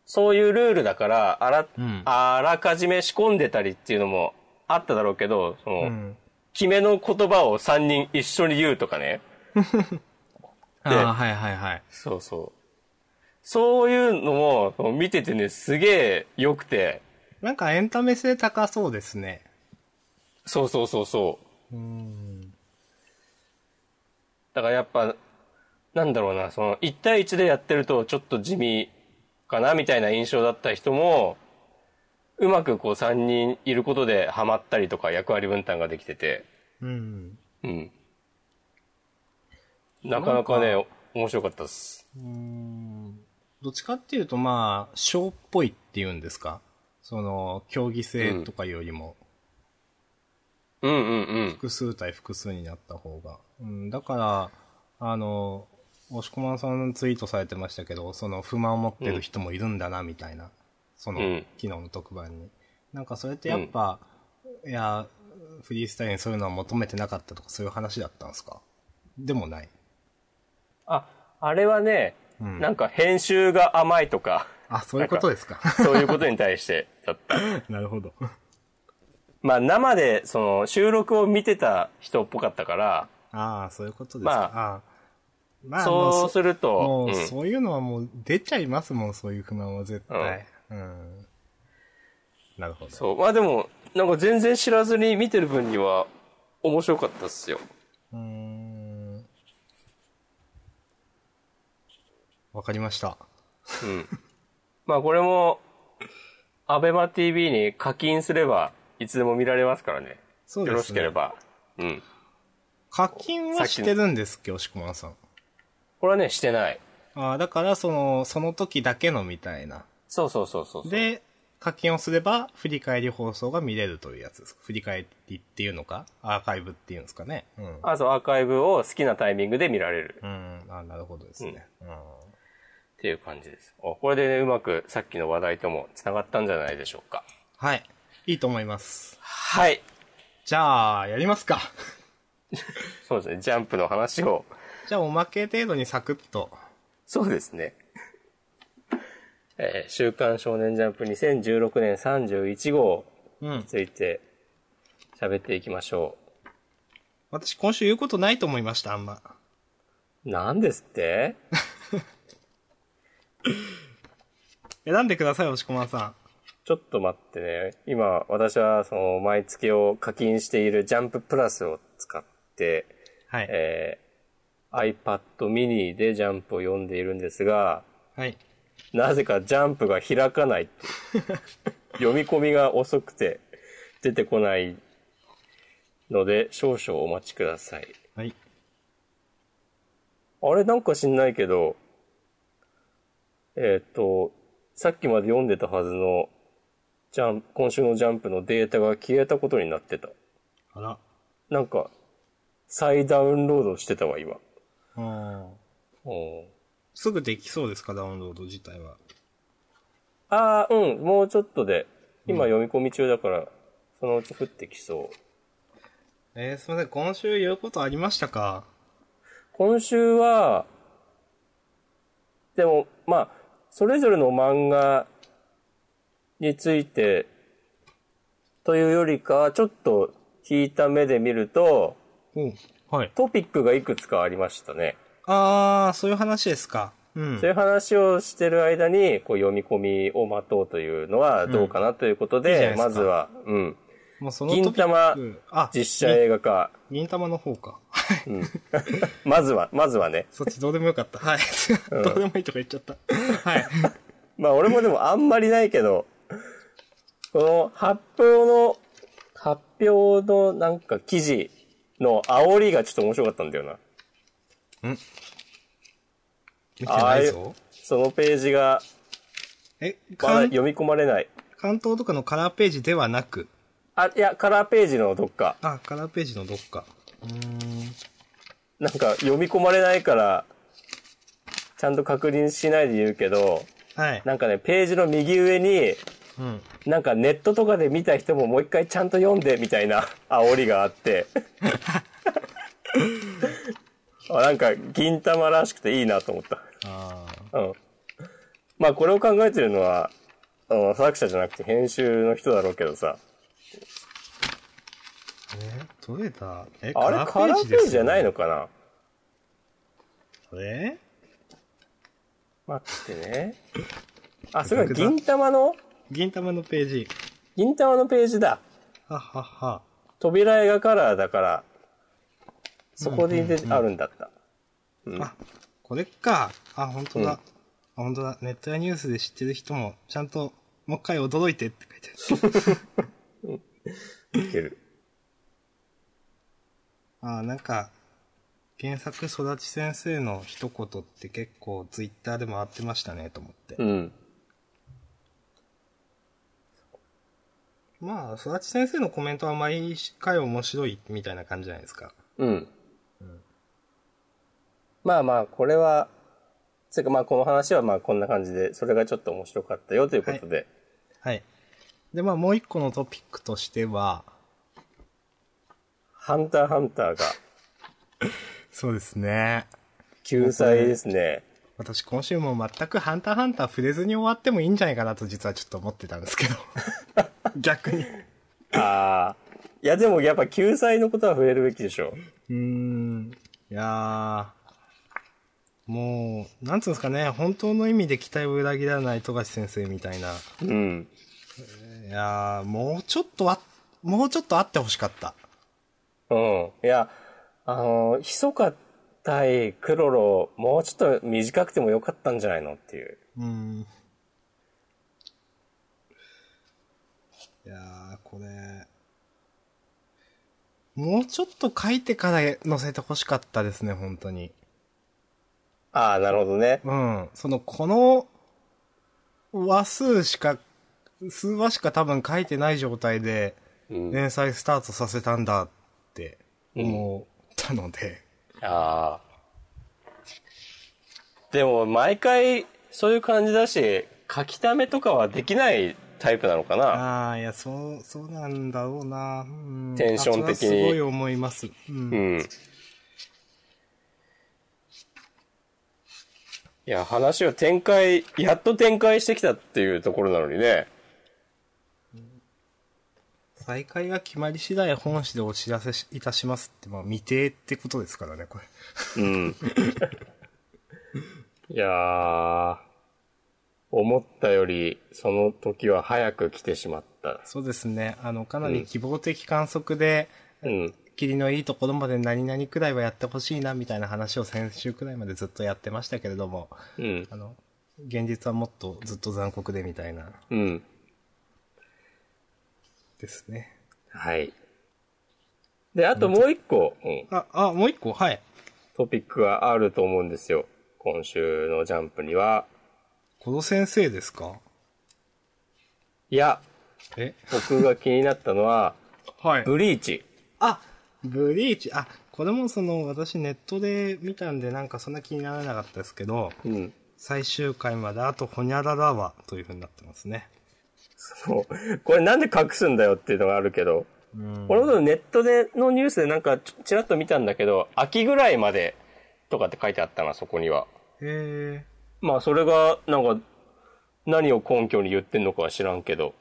S2: そういうルールだから、あら、
S1: うん
S2: あらかじめ仕込んでたりっていうのもあっただろうけど、その、
S1: うん。
S2: 決めの言葉を3人一緒に言うとかね。
S1: ああ、はいはいはい。
S2: そうそう。そういうのもその見ててね、すげえ良くて、
S1: なんかエンタメ性高そうですね。
S2: そうそうそうそう。
S1: うん。
S2: だからやっぱ、なんだろうな、その、1対1でやってるとちょっと地味かな、みたいな印象だった人も、うまくこう3人いることでハマったりとか役割分担ができてて、
S1: うん。
S2: うん。なかなか
S1: な
S2: ね、面白かったっす。
S1: うんどっちかっていうと、まあ、ショーっぽいっていうんですかその、競技性とかよりも、
S2: うんうんうん。
S1: 複数対複数になった方が。うん、だから、あの、押し込まさんツイートされてましたけど、その不満を持ってる人もいるんだな、みたいな。その、
S2: うん
S1: 昨日の特番に。なんかそれってやっぱ、いや、フリースタイルにそういうのは求めてなかったとかそういう話だったんですかでもない。
S2: あ、あれはね、
S1: うん
S2: なんか編集が甘いとか、
S1: あ、そういうことですか。
S2: そういうことに対してだった。
S1: <laughs> なるほど。
S2: まあ生でその収録を見てた人っぽかったから、
S1: ああ、そういうことですか。
S2: ま
S1: あー、まあ、も
S2: そううすると、
S1: もう、
S2: うん
S1: そういうのはもう出ちゃいますもん、そういう不満は絶対。うん。なるほど。
S2: そう。まあでも、なんか全然知らずに見てる分には面白かったっすよ。
S1: うーん。わかりました。 <laughs>
S2: うん。まあこれも、アベマ TV に課金すれば、いつでも見られますからね。
S1: そうですね
S2: よろしければ。うん。
S1: 課金はしてるんですっけ、押し込まんさん。
S2: これはね、してない。
S1: ああ、だから、その、その時だけのみたいな。
S2: そうそうそうそう。
S1: で、課金をすれば、振り返り放送が見れるというやつです。振り返りっていうのか、アーカイブっていうんですかね。うん。
S2: あ、そう、アーカイブを好きなタイミングで見られる
S1: うん、あなるほどですね。うん。
S2: っていう感じです。おこれでね、うまくさっきの話題とも繋がったんじゃないでしょうか。
S1: はい。いいと思います。
S2: はい。
S1: じゃあ、やりますか。
S2: そうですね、ジャンプの話を。
S1: <laughs> じゃあ、おまけ程度にサクッと。
S2: <laughs> そうですね。えー週刊少年ジャンプ2016年31号
S1: うん
S2: に。ついて喋っていきましょ
S1: 私、今週言うことないと思いました、あんま。
S2: う。なんですって
S1: 選んでください、押し込まんさ
S2: ちょっと待ってね。今、私はその毎月を課金しているジャンププラスを使って、
S1: ん。はい。
S2: えー iPad mini でジャンプを読んでいるんですが、
S1: はい。
S2: なぜかジャンプが開かないっていう
S1: <laughs>
S2: 読み込みが遅くて出てこないので少々お待ちください。
S1: はい。
S2: あれなんか知んないけど、えっ、と、さっきまで読んでたはずの、ジャン今週のジャンプのデータが消えたことになってた。
S1: あら。
S2: なんか、再ダウンロードしてたわ、今。
S1: うん。
S2: おー
S1: すぐできそうですか、ダウンロード自体は。
S2: ああ、うん、もうちょっとで。今読み込み中だから、そのうち降ってきそう。
S1: えー、すみません、今週言うことありましたか
S2: 今週は、でも、まあ、それぞれの漫画について、というよりかは、ちょっと引いた目で見ると、
S1: うん。はい。
S2: トピックがいくつかありましたね。
S1: あー、そういう話ですか。うん
S2: そうい。う話をしてる間に、こう読み込みを待とうというのはどうかなということ
S1: うんいいじゃ
S2: で、
S1: ないですか
S2: まずは、うん、
S1: もうその
S2: 銀
S1: ト
S2: 玉
S1: ピックあ、
S2: 実写映画化。
S1: 銀玉の方か。
S2: うん、まずは、まずはね。
S1: そっちどうでもよかった。はい。どうでもいいとか言っちゃった。はい。
S2: まあ俺もでもあんまりないけど、この発表の、発表のなんか記事の煽りがちょっと面白かったんだよな。
S1: 見てないぞ。
S2: そのページが
S1: え、
S2: まだ
S1: 関
S2: 読み込まれない。
S1: 関東とかのカラーページではなく、
S2: あ、いや、カラーページのどっか。
S1: あ、カラーページのどっか。うーん。
S2: なんか読み込まれないから、ちゃんと確認しないで言うけど、
S1: はい。
S2: なんかね、ページの右上に、
S1: うん。
S2: なんかネットとかで見た人ももう一回ちゃんと読んでみたいな <laughs> 煽りがあって。 <laughs> あなんか銀玉らしくていいなと思った。
S1: あー
S2: うん。まあこれを考えてるのは、あの作者じゃなくて編集の人だろうけどさ。
S1: え、どれだえ、
S2: あれカラーページじゃない
S1: の
S2: のかな
S1: え
S2: 待ってね。あ、それが銀玉の
S1: 銀玉のページ。
S2: 銀玉のページだ。
S1: はっはっは。
S2: 扉絵がカラーだから、そこで出てあるんだった。うん
S1: あ、これか。あ、本当だ。あ、本当だ。ネットやニュースで知ってる人も、ちゃんと、もう一回驚いてって書いてある。
S2: いける。
S1: あー、なんか、原作育ち先生の一言って結構ツイッターで回ってましたね、と思って
S2: う。ん。
S1: まあ、育ち先生のコメントは毎回面白いみたいな感じじゃないですか。
S2: うん。まあまあ、これは、つうかまあこの話はまあこんな感じで、それがちょっと面白かったよということで。
S1: はい。で、まあ、もう一個のトピックとしては、
S2: ハンターハンターが
S1: そうですね。
S2: 救済です <laughs> ね。
S1: 私今週も全くハンターハンター触れずに終わってもいいんじゃないかなと実はちょっと思ってたんですけど。 <laughs> 逆に。う
S2: ああ。いやでもやっぱ救済のことは触れるべきでしょ
S1: ーん。いやー。もう、なんつうんですかね、本当の意味で期待を裏切らない富樫先生みたいな。
S2: う。うん。
S1: いやー、もうちょっとあ、もうちょっとあってほしかった。
S2: うん。いや、あの、ひそか対クロロ、もうちょっと短くてもよかったんじゃないのっていう。
S1: うーん。いやー、これ、もうちょっと書いてから載せてほしかったですね、本当に。
S2: ああ、なるほどね。
S1: うん。その、この、話数しか、数話しか多分書いてない状態で、
S2: うん
S1: 連載スタートさせたんだって思ったので。
S2: ああ。でも、毎回、そういう感じだし、書き溜めとかはできないタイプなのかな
S1: ああ、いや、そう、そうなんだろうな。うん
S2: テンション的
S1: あ
S2: に
S1: それはすごい思います。うん
S2: うん。いや、話を展開、やっと展開してきたっていうところなのにね。
S1: 再開が決まり次第本誌でお知らせしいたしますって、まあ未定ってことですからね、これ。
S2: うん。 <laughs> いやー、思ったより、その時は早く来てしまった。
S1: そうですね。あの、かなり希望的観測で、
S2: うん。
S1: 霧のいいところまで何々くらいはやってほしいな、みたいな話を先週くらいまでずっとやってましたけれども、
S2: うん
S1: あ。の、現実はもっとずっと残酷でみたいな、
S2: うん。
S1: ですね。
S2: はい。で、あともう一個、うん
S1: あ、あ、もう一個、はい。
S2: トピックがあると思うんですよ。今週のジャンプには。
S1: この先生ですか
S2: いや、
S1: え
S2: 僕が気になったのは、 <laughs>
S1: はい。
S2: ブリーチ。
S1: あブリーチ。あ、これもその、私ネットで見たんで、なんかそんな気にならなかったですけど、
S2: うん。
S1: 最終回まであと、ほにゃららは、という風になってますね。
S2: そう。これなんで隠すんだよっていうのがあるけど、
S1: うん。
S2: 俺もネットでのニュースでなんかちちらっと見たんだけど、秋ぐらいまでとかって書いてあったな、そこには。
S1: へ
S2: まあそれが、なんか、何を根拠に言ってんのかは知らんけど。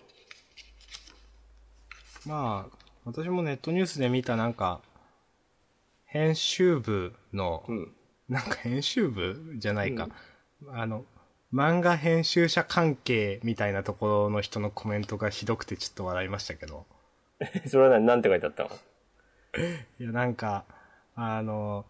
S1: ーまあ、私もネットニュースで見たなんか、編集部の、
S2: ん。 <laughs>
S1: なんか編集部じゃないか。あの、漫画編集者関係みたいなところの人のコメントがひどくてちょっと笑いましたけど。
S2: それは何、なんて書いてあったの
S1: いや、なんか、あの、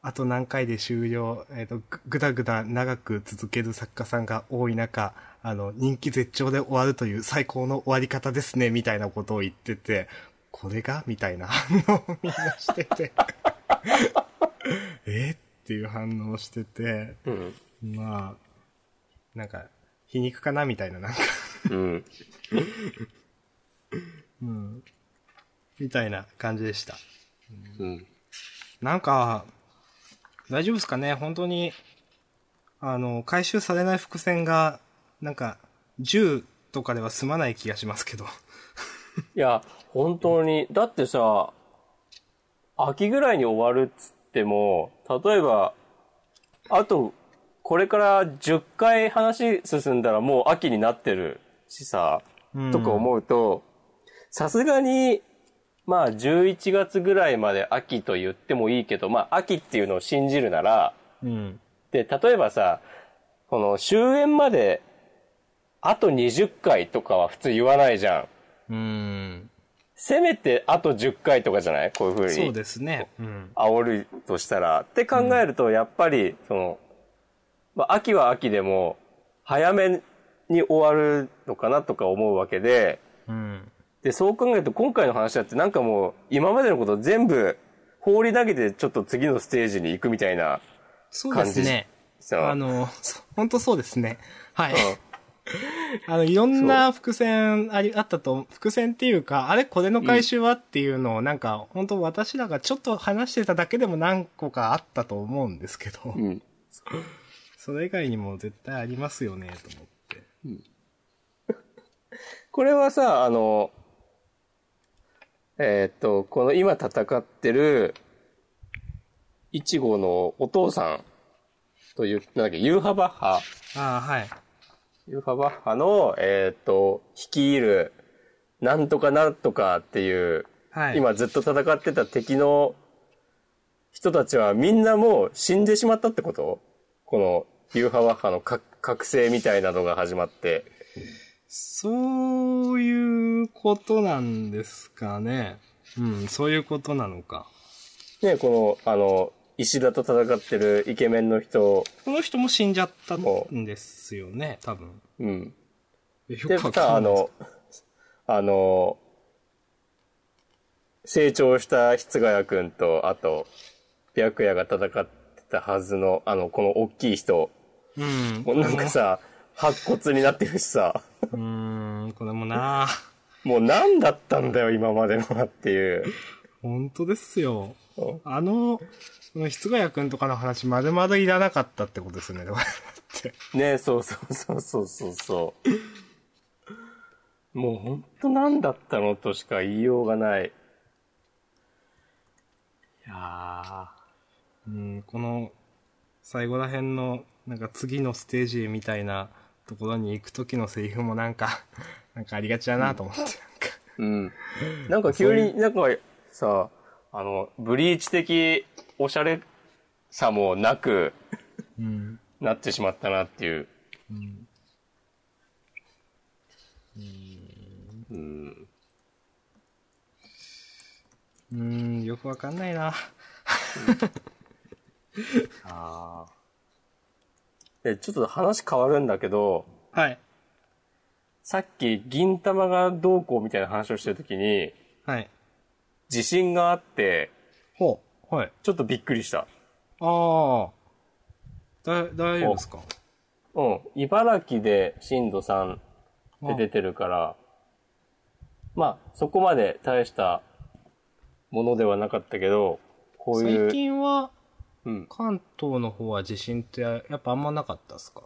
S1: あと何回で終了、えっ、と、ぐぐだぐだ長く続ける作家さんが多い中、あの、人気絶頂で終わるという最高の終わり方ですね、みたいなことを言ってて、これがみたいな <laughs> 反応をみんなしてて、 <laughs> えっていう反応をしてて、
S2: うん。
S1: まあ、なんか、皮肉かなみたいな、なんか、
S2: うん。
S1: うん、みたいな感じでした。
S2: うん。
S1: なんか、大丈夫ですかね本当に、あの、回収されない伏線が、なんか、10とかでは済まない気がしますけど。
S2: いや、本当に。だってさ、秋ぐらいに終わるっつっても、例えば、あと、これから10回話進んだらもう秋になってるしさ、
S1: うん
S2: とか思うと、さすがに、まあ11月ぐらいまで秋と言ってもいいけど、まあ秋っていうのを信じるなら、
S1: うん。
S2: で、例えばさ、この終演まで、あと20回とかは普通言わないじゃ
S1: う
S2: ん。
S1: ん。
S2: せめてあと10回とかじゃないこういう風
S1: そう
S2: に
S1: ですね。うん。
S2: 煽るとしたら。って考えると、やっぱり、その、まあ、秋は秋でも、早めに終わるのかなとか思うわけで、
S1: うん。
S2: で、そう考えると今回の話だってなんかもう、今までのこと全部放り投げてちょっと次のステージに行くみたいな、
S1: そうですね。
S2: その
S1: あの、そ本当そうですね。はい。
S2: うん
S1: あの、いろんな伏線あり、あったと、伏線っていうか、あれこれの回収はっていうのを、なんか、本当私らがちょっと話してただけでも何個かあったと思うんですけど、
S2: うん。
S1: それ以外にも絶対ありますよね、と思って。
S2: これはさ、あの、えーっと、この今戦ってる、いちごのお父さんという、なんだっけ、ユーハバッハ、
S1: ああ、はい。
S2: ユーハバッハの、えーっと、率いる、なんとかなんとかっていう、
S1: はい。
S2: 今ずっと戦ってた敵の人たちはみんなもう死んでしまったってことこの、ユーハバッハの覚覚醒みたいなのが始まって。
S1: そういうことなんですかね。うん、そういうことなのか。
S2: ね、この、あの、石田と戦ってるイケメンの人、
S1: この人も死んじゃったんですよね、多分。
S2: うん。
S1: よ
S2: で、
S1: わ
S2: さ、
S1: か
S2: あ
S1: んない
S2: の、あの、成長した室ヶ谷くんと、あと、白夜が戦ってたはずの、あの、この大きい人、
S1: うん。
S2: もうなんかさ、白骨になってるしさ、
S1: うーん、これもな
S2: もう何だったんだよ、今までのはっていう。
S1: 本当ですよ。
S2: うん
S1: あの、その、室ヶ谷くんとかの話、まるまるいらなかったってことですよね、だって。
S2: ねそうそうそうそうそうそう。もうほんと何だったのとしか言いようがない。いや
S1: うん、この、最後ら辺の、なんか次のステージへみたいなところに行く時のセリフもなんか、 <laughs> なんかありがちだなと思って、なんか。
S2: ー。うん。なんか急になんかさ、あの、ブリーチ的おしゃれさもなく
S1: うん。
S2: なってしまったなっていう。うん。
S1: うん、よくわかんないな。
S2: ああ。え、ちょっと話変わるんだけど、
S1: はい。
S2: さっき銀玉がどうこうみたいな話をしてるときに、
S1: はい。
S2: 地震があって、
S1: ほう。はい。
S2: ちょっとびっくりした。
S1: ああ。だ、大丈夫ですか
S2: うん。茨城で震度3で出てるから、まあ、そこまで大したものではなかったけど、こういう、
S1: 最近は
S2: うん。
S1: 関東の方は地震ってやっぱあんまなかったっすか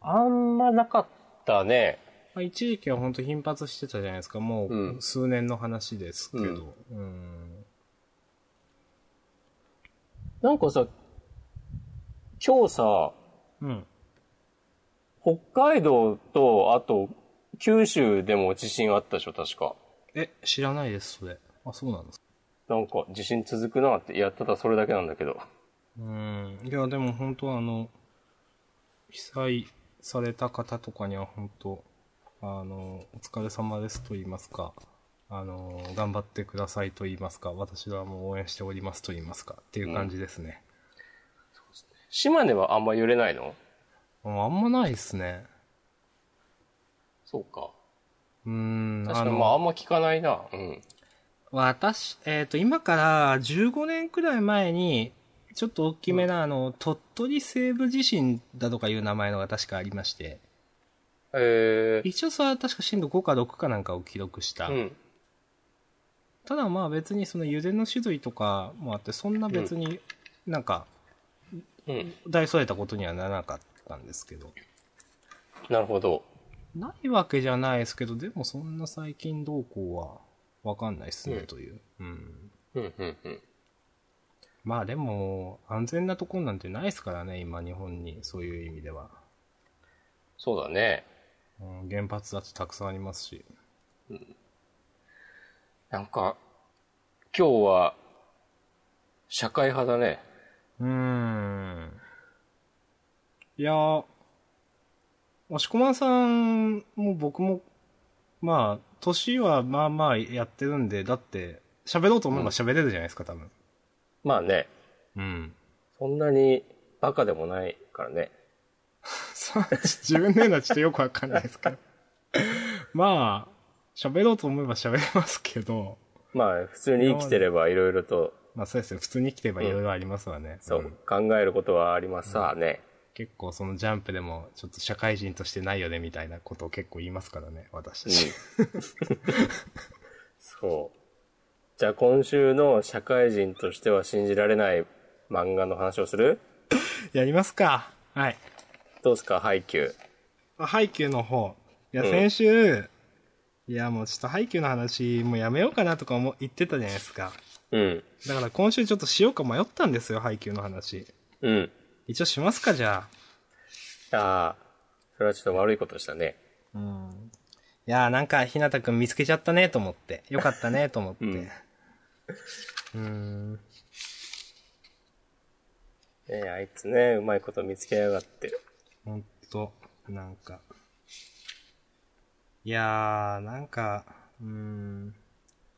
S2: あんまなかったね。
S1: まあ一時期は本当頻発してたじゃないですか。も
S2: う
S1: うん数年の話ですけど。うん。
S2: なんかさ、今日さ、
S1: うん。
S2: 北海道と、あと、九州でも地震あったでしょ、確か。
S1: え、知らないです、それ。あ、そうなんですか。
S2: なんか、地震続くなって、いや、ただそれだけなんだけど。
S1: うん。いや、でも本当あの、被災された方とかには本当あの、お疲れ様ですと言いますか、あの、頑張ってくださいと言いますか、私はもう応援しておりますと言いますか、っていう感じですね。
S2: 島根はあんま揺れないの
S1: もうあんまないですね。
S2: そうか。
S1: うん。
S2: 確か
S1: あ
S2: に、
S1: の
S2: まあ、あんま聞かないな。うん。
S1: 私、えっ、と、今から15年くらい前に、ちょっと大きめな、あの、鳥取西部地震だとかいう名前のが確かありまして、
S2: えー、
S1: 一応それは確か震度5か6かなんかを記録した。
S2: うん。
S1: ただまあ別にその油田の種類とかもあって、そんな別になんか
S2: うん。
S1: 大それたことにはならなかったんですけど。
S2: なるほど。
S1: ないわけじゃないですけど、でもそんな最近動向はわかんないです
S2: う
S1: ね、
S2: ん
S1: という。うん。
S2: うん、うん、うん。
S1: まあでも、安全なところなんてないですからね、今日本に、そういう意味では。
S2: そうだね。
S1: うん、原発だってたくさんありますし。
S2: なんか、今日は、社会派だね。
S1: うーん。いやー、押しこまんさんも僕も、まあ、年はまあまあやってるんで、だって、喋ろうと思えば喋れるじゃないですか、多分。
S2: まあね、
S1: うん。
S2: そんなにバカでもないからね。
S1: さ自分で言うのはちょっとよくわかんないですけど。まあ、喋ろうと思えば喋れますけど、
S2: まあ、普通に生きてればいろいろと、
S1: まあそうですね、普通に生きてればいろいろありますわね。
S2: そう、
S1: ん
S2: 考えることはありますさあね。
S1: 結構そのジャンプでも、ちょっと社会人としてないよね、みたいなことを結構言いますからね、私たち。
S2: <laughs> そう。じゃあ今週の社会人としては信じられない漫画の話をする
S1: <laughs> やりますか。はい。
S2: どうすか、ハイキュー。
S1: あハイキューの方。いや、
S2: うん
S1: 先週、いや、もうちょっとハイキューの話、もうやめようかなとか思言ってたじゃないですか。
S2: うん。
S1: だから今週ちょっとしようか迷ったんですよ、ハイキューの話。
S2: うん。
S1: 一応しますか、じゃ
S2: ああ、それはちょっと悪いことしたね。
S1: あ。うん。いやー、なんか、ひなたくん見つけちゃったね、と思って。よかったね、と思って。
S2: うん
S1: うーん。
S2: ねえ、あいつね、うまいこと見つけやがって。
S1: ほんと、なんか。いやー、なんか、うーん。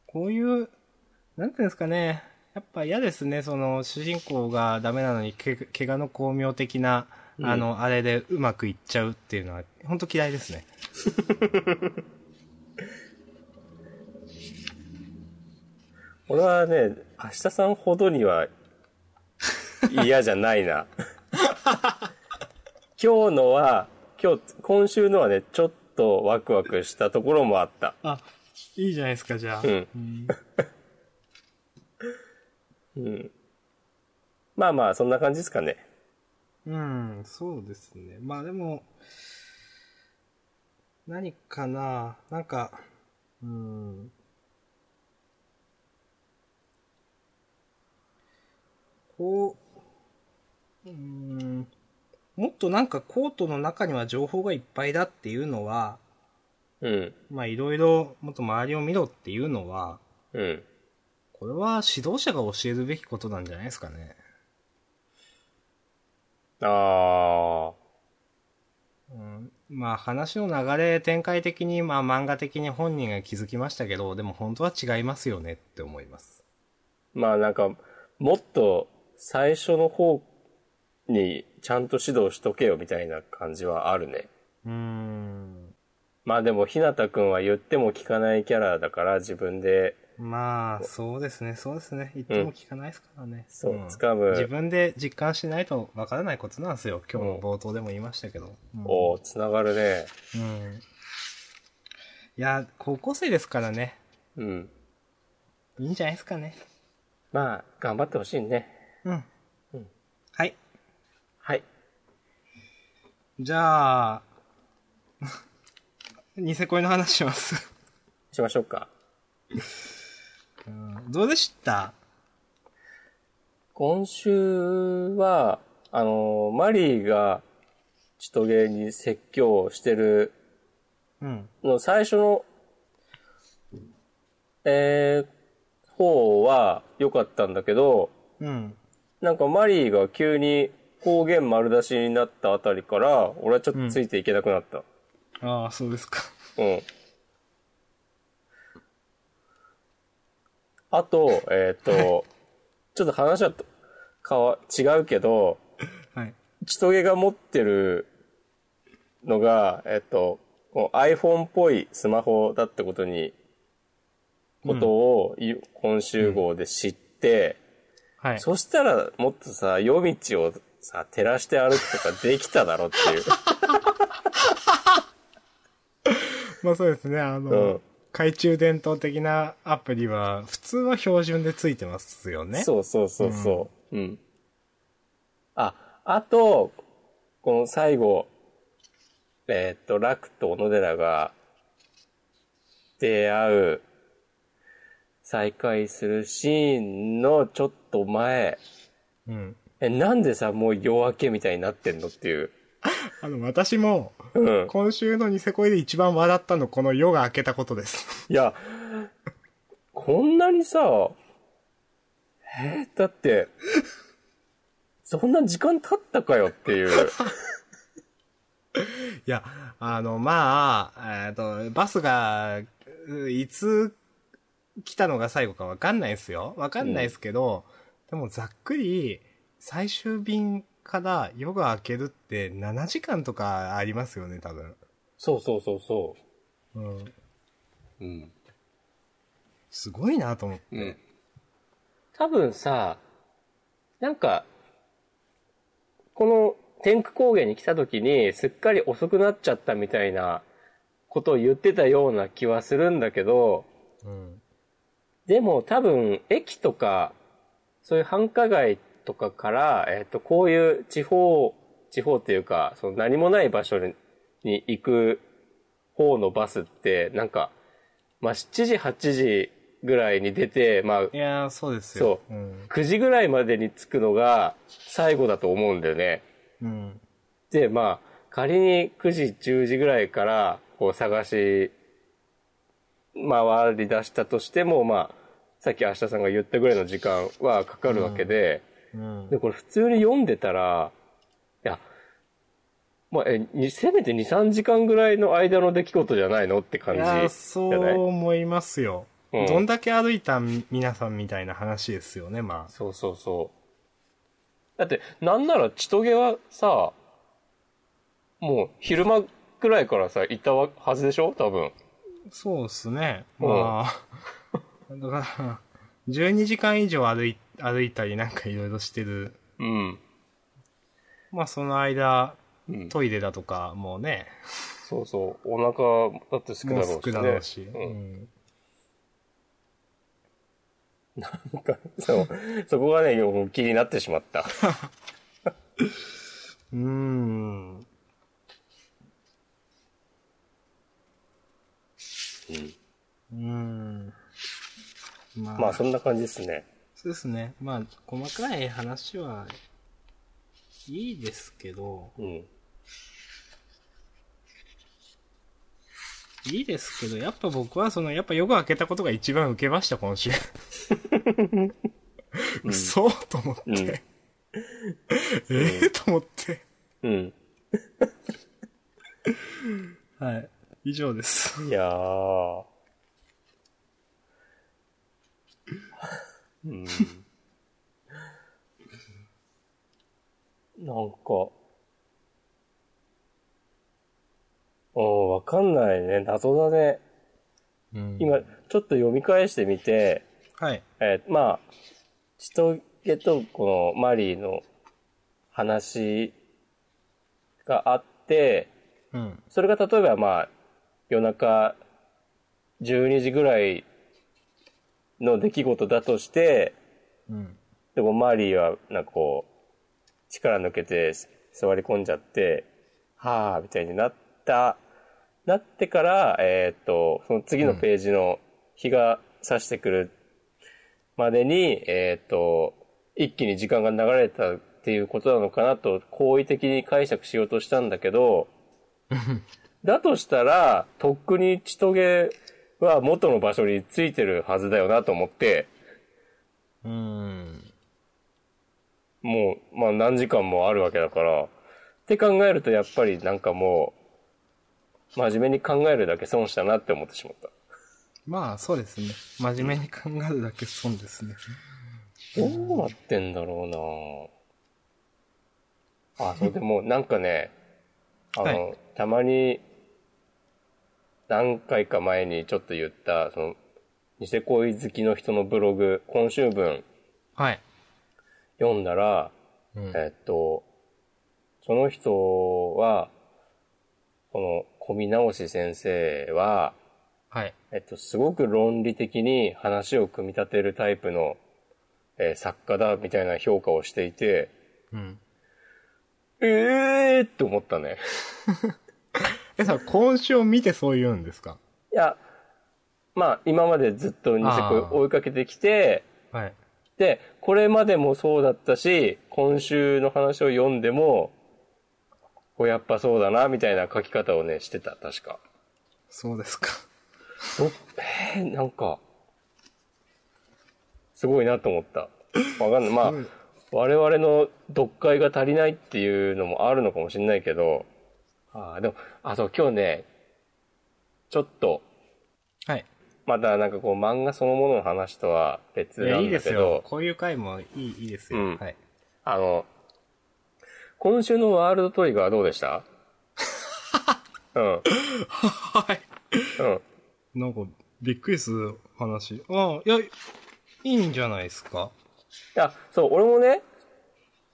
S1: こういう、なんていうんですかね。やっぱ嫌ですね。その、主人公がダメなのに、け、怪我の巧妙的な、
S2: うん
S1: あの、あれでうまくいっちゃうっていうのは、ほんと嫌いですね。
S2: 俺はね、明日さんほどには嫌じゃないな。今日のは、今日、今週のはね、ちょっとワクワクしたところもあった。
S1: あ、いいじゃないですか、じゃあ。
S2: うん。
S1: うん
S2: うん。まあまあ、そんな感じですかね。
S1: うん、そうですね。まあでも、何かな、なんか、うん。こう、うん、もっとなんかコートの中には情報がいっぱいだっていうのは、
S2: うん。
S1: まあいろいろもっと周りを見ろっていうのは、
S2: うん。
S1: これは指導者が教えるべきことなんじゃないですかね。
S2: あ
S1: うんまあ話の流れ展開的に、まあ漫画的に本人が気づきましたけど、でも本当は違いますよねって思います。
S2: ー。まあなんか、もっと最初の方にちゃんと指導しとけよみたいな感じはあるね。
S1: うーん。
S2: まあでも、ひなたくんは言っても聞かないキャラだから自分で
S1: まあ、そうですね、そうですね。言っても聞かないですからね。
S2: そう、
S1: ん
S2: 掴む。
S1: 自分で実感しないとわからないことなんですよ。今日の冒頭でも言いましたけど。うん
S2: おーつながるね。
S1: うん。いや、高校生ですからね。
S2: うん。
S1: いいんじゃないですかね。
S2: まあ、頑張ってほしいね。
S1: うん。
S2: うん
S1: はい。
S2: はい。
S1: じゃあ、 <laughs> ニセ恋の話します。
S2: しましょうか。
S1: うんどうでした
S2: 今週は、あの、マリーが、ちとげに説教してる
S1: うん。
S2: の、最初の、えー、方は良かったんだけど、
S1: うん。
S2: なんかマリーが急に方言丸出しになったあたりから、俺はちょっとついていけなくなった。
S1: ああ、そうですか。 <laughs>
S2: うん。あと、えっ、と、ちょっと話はとかわ違うけど、
S1: はい。
S2: ちとげが持ってるのが、えっ、と、この iPhone っぽいスマホだってことに、ことをい今週号で知って、
S1: はい。
S2: そしたらもっとさ、夜道をさ、照らして歩くとかできただろっていう。
S1: まあそうですね、あの、
S2: うん
S1: 懐中電灯的なアプリは、普通は標準でついてますよね。
S2: そうそうそうそう。うん。あ、あと、この最後、えーっと、楽と小野寺が出会う、再会するシーンのちょっと前、
S1: う。うん。
S2: え、なんでさ、もう夜明けみたいになってんのっていう。
S1: あの、私も、
S2: うん。
S1: 今週のニセ恋で一番笑ったの、この夜が明けたことです。
S2: いや、こんなにさ、えーだって、そんな時間経ったかよって <laughs> いう。
S1: いや、あの、まあ、えっと、バスが、ういつ来たのが最後かわかんないですよ。わかんないですけど、でもざっくり、最終便から夜が明けるって7時間とかありますよね、多分。
S2: そうそうそうそ
S1: うん。
S2: う。うん。
S1: すごいなと思って。
S2: うん。多分さ、なんか、この天空高原に来た時にすっかり遅くなっちゃったみたいなことを言ってたような気はするんだけど、
S1: うん。
S2: でも多分駅とか、そういう繁華街とかから、えっ、と、こういう地方、地方っていうか、その何もない場所にに行く方のバスって、なんか、まあ、7時、8時ぐらいに出て、まあ、
S1: いやー、そうですよ。。
S2: そう
S1: ん。
S2: 9時ぐらいまでに着くのが最後だと思うんだよね。
S1: うん。
S2: で、まあ、仮に9時、10時ぐらいから、こう探し、回り出したとしても、まあ、さっき明日さんが言ったぐらいの時間はかかるわけで、
S1: うん
S2: で、これ普通に読んでたら、いや、まあ、え、にせめて2、3時間ぐらいの間の出来事じゃないのって感
S1: い
S2: じじゃ
S1: や
S2: な
S1: ー
S2: い
S1: そう思いますよ。
S2: うん
S1: どんだけ歩いたみ皆さんみたいな話ですよね、まあ。
S2: そうそうそう。だって、なんなら、ちとげはさ、もう、昼間くらいからさ、いたわはずでしょ多分。
S1: そうっすね。
S2: うん
S1: まあ、 <laughs> だから、12時間以上歩い、歩いたりなんかいろいろしてる。
S2: うん。
S1: まあその間、
S2: うん、
S1: トイレだとかもね、
S2: そうそう。お腹、だってすく
S1: も
S2: だ
S1: う
S2: ろうし、ね。
S1: 少だろうし。
S2: う
S1: うんん
S2: なんかそう。そこがね、もう気になってしまった。
S1: うーん。うーん。まあ、
S2: まあ、そんな感じですね。
S1: そうですね。まあ、細かい話はいいですけど、
S2: うん。
S1: いいですけど、やっぱ僕はその、やっぱ夜が明けたことが一番受けました、今週。嘘と思って。
S2: うん
S1: <laughs> ええと思って。
S2: うん。
S1: はい。以上です。
S2: いやー。うん。なんか。うん、わかんないね。謎だね。
S1: うん
S2: 今、ちょっと読み返してみて、
S1: はい。
S2: えーまあ、ちとげとこのマリーの話があって、
S1: うん。
S2: それが例えばまあ、夜中12時ぐらいの出来事だとして、
S1: うん。
S2: でもマリーはなんかこう、力抜けて座り込んじゃって、はぁ、みたいになった、なってから、えーっと、その次のページの日が差してくるまでに、えーっと、一気に時間が流れたっていうことなのかなと、好意的に解釈しようとしたんだけど、だとしたら、とっくにチトゲは元の場所についてるはずだよなと思って、
S1: うん。
S2: もう、まあ何時間もあるわけだから、って考えるとやっぱりなんかもう、真面目に考えるだけ損したなって思ってしまった。
S1: まあ、そうですね。真面目に考えるだけ損ですね。
S2: どうなってんだろうなあ、そうでもなんかね、あの、
S1: は
S2: たまに、何回か前にちょっと言った、その、ニセ恋好きの人のブログ、今週分
S1: はい。
S2: 読んだら、
S1: うん
S2: えっと、その人は、この小見直し先生は、
S1: はい。
S2: えっと、すごく論理的に話を組み立てるタイプの、えー作家だみたいな評価をしていて、
S1: うん。
S2: ええーって思ったね。
S1: え、さ、今週を見てそう言うんですか
S2: いや、まあ、今までずっとニセコ
S1: あー
S2: を追いかけてきて、
S1: はい。
S2: で、これまでもそうだったし、今週の話を読んでも、こうやっぱそうだな、みたいな書き方をね、してた、確か。
S1: そうですか。
S2: どえーなんか、すごいなと思った。わかんない。まあ
S1: うん、
S2: 我々の読解が足りないっていうのもあるのかもしれないけど、ああ、でも、あ、そう、今日ね、ちょっと、
S1: はい。
S2: またなんかこう漫画そのものの話とは別
S1: いや、
S2: ない
S1: い
S2: ん
S1: で
S2: だ
S1: す
S2: け
S1: よ
S2: ど。、
S1: こういう回もいい、いいですよ。
S2: うん
S1: はい。
S2: あの、今週のワールドトリガーどうでした
S1: <laughs>
S2: うん。
S1: はい。
S2: うん。
S1: なんか、びっくりする話。ああ、いや、いいんじゃないですか。
S2: いや、そう、俺もね、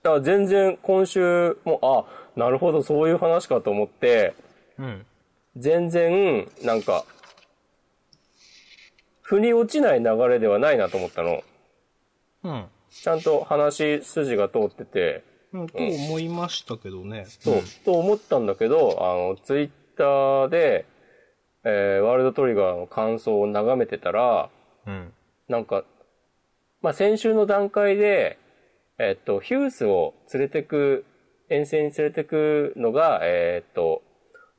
S2: だから全然今週も、あ、なるほど、そういう話かと思って、
S1: うん。
S2: 全然、なんか、腑に落ちない流れではないなと思ったの。
S1: うん。
S2: ちゃんと話筋が通ってて、
S1: うん、と思いましたけどね。
S2: そう、
S1: ん
S2: と思ったんだけど、あの、ツイッターで、えーワールドトリガーの感想を眺めてたら、
S1: うん。
S2: なんか、まあ、先週の段階で、えっと、ヒュースを連れてく、遠征に連れてくのが、えっと、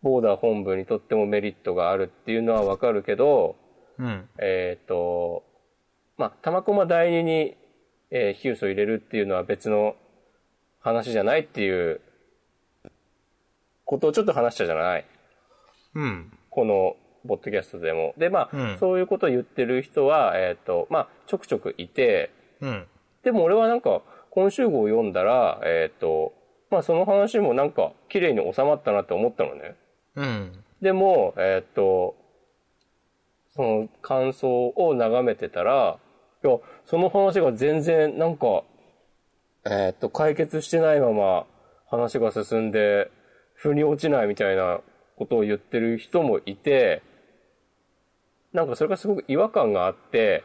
S2: ボーダー本部にとってもメリットがあるっていうのはわかるけど、
S1: うん。
S2: えっと、まあ、玉駒第二に、えーヒュースを入れるっていうのは別の話じゃないっていうことをちょっと話したじゃない
S1: うん。
S2: この、ポッドキャストでも。で、まあ、
S1: うん
S2: そういうことを言ってる人は、えっ、と、まあ、ちょくちょくいて、
S1: うん。
S2: でも俺はなんか、今週号を読んだら、えっ、と、まあその話もなんか、綺麗に収まったなって思ったのね。
S1: うん。
S2: でも、えっ、と、その感想を眺めてたら、いや、その話が全然なんか、えっ、と、解決してないまま話が進んで、腑に落ちないみたいなことを言ってる人もいて、なんかそれがすごく違和感があって、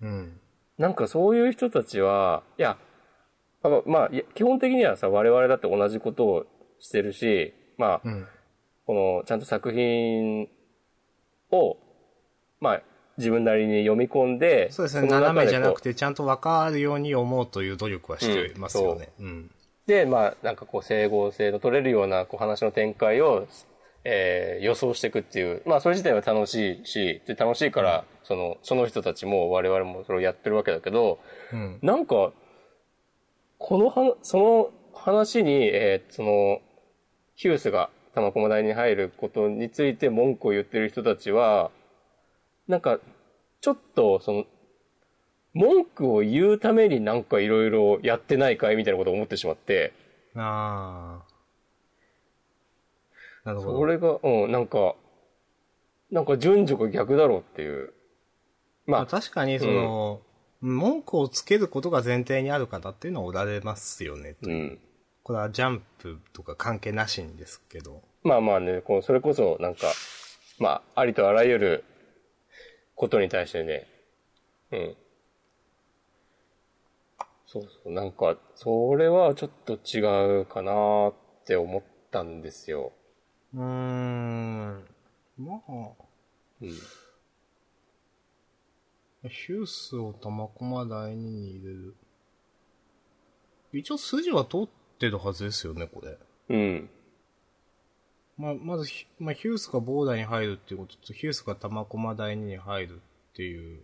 S1: うん。
S2: なんかそういう人たちは、いや、あのまあ、いや基本的にはさ、我々だって同じことをしてるし、まあ、
S1: ん。
S2: この、ちゃんと作品を、まあ、自分なりに読み込んで、
S1: そうですね。
S2: の中
S1: 斜めじゃなく
S2: こ
S1: て、ちゃんと分かるように思うという努力はしてますよね。うん。
S2: う。で、まあ、なんかこう、整合性の取れるような、こう、話の展開を、えー予想していくっていう、まあ、それ自体は楽しいし、で、楽しいから、その、その人たちも、我々もそれをやってるわけだけど、
S1: うん。
S2: なんか、このは、その話に、えーその、ヒュースが玉駒台に入ることについて文句を言ってる人たちは、なんか、ちょっと、その、文句を言うためになんかいろいろやってないかいみたいなことを思ってしまって、
S1: ああ。なるほど。
S2: それが、うん、なんか、なんか順序が逆だろうっていう。ま
S1: ま
S2: あ
S1: あ、確かに、その、文句をつけることが前提にある方っていうのはおられますよね。
S2: うん。
S1: これはジャンプとか関係なしにですけど。
S2: まあまあね、こう、それこそ、なんか、まあ、ありとあらゆることに対してね、うん。そうそう、なんか、それはちょっと違うかなって思ったんですよ。
S1: うーん。まあ、
S2: うん。
S1: ヒュースを玉駒第二に入れる。一応筋は通ってるはずですよね、これ。
S2: うん。
S1: まあ、まずヒ、まあ、ヒュースがボーダーに入るっていうことと、ヒュースが玉駒第二に入るっていう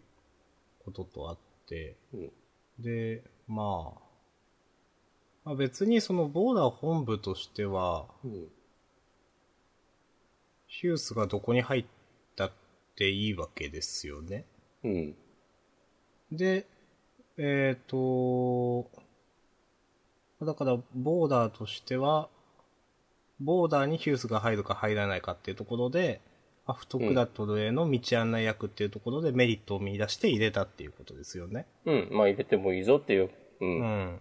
S1: こととあって、
S2: うん
S1: で、まあ、まあ、別にそのボーダー本部としては、
S2: うん。
S1: ヒュースがどこに入ったっていいわけですよね。
S2: うん。
S1: で、えっ、と、だから、ボーダーとしては、ボーダーにヒュースが入るか入らないかっていうところで、アフトクラトルへの道案内役っていうところでメリットを見出して入れたっていうことですよね。
S2: うん。まあ、入れてもいいぞっていう。うん。
S1: うん。
S2: う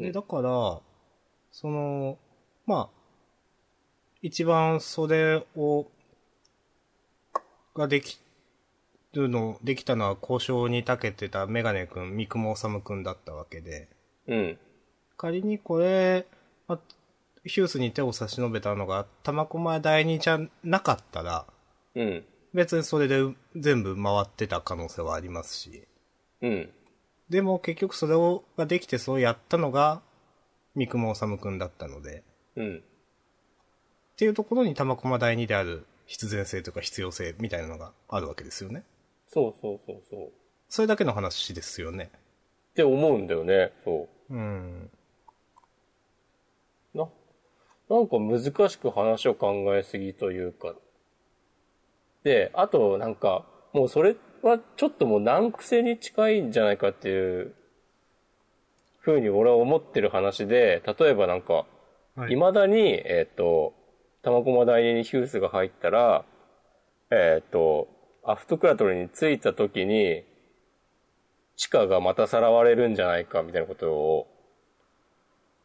S1: で、
S2: ん
S1: だから、その、まあ、一番それを、ができるの、できたのは交渉に長けてたメガネ君、三雲治君だったわけで、
S2: うん。
S1: 仮にこれ、まあ、ヒュースに手を差し伸べたのが、玉駒第二じゃなかったら、
S2: うん。
S1: 別にそれで全部回ってた可能性はありますし。
S2: うん。
S1: でも結局それをができてそうやったのが、三雲治君だったので、
S2: うん。
S1: っていうところに玉駒第二である必然性とか必要性みたいなのがあるわけですよね。
S2: そうそうそうそう。っ
S1: それだけの話ですよね。
S2: て思うんだよね。そう。
S1: うん。
S2: な、なんか難しく話を考えすぎというか。で、あとなんか、もうそれはちょっともう難癖に近いんじゃないかっていう、ふうに俺は思ってる話で、例えばなんか、
S1: はい
S2: い、未だに、えっ、と、玉駒第二にヒュースが入ったら、えっ、と、アフトクラトルに着いた時に、地下がまたさらわれるんじゃないかみたいなことを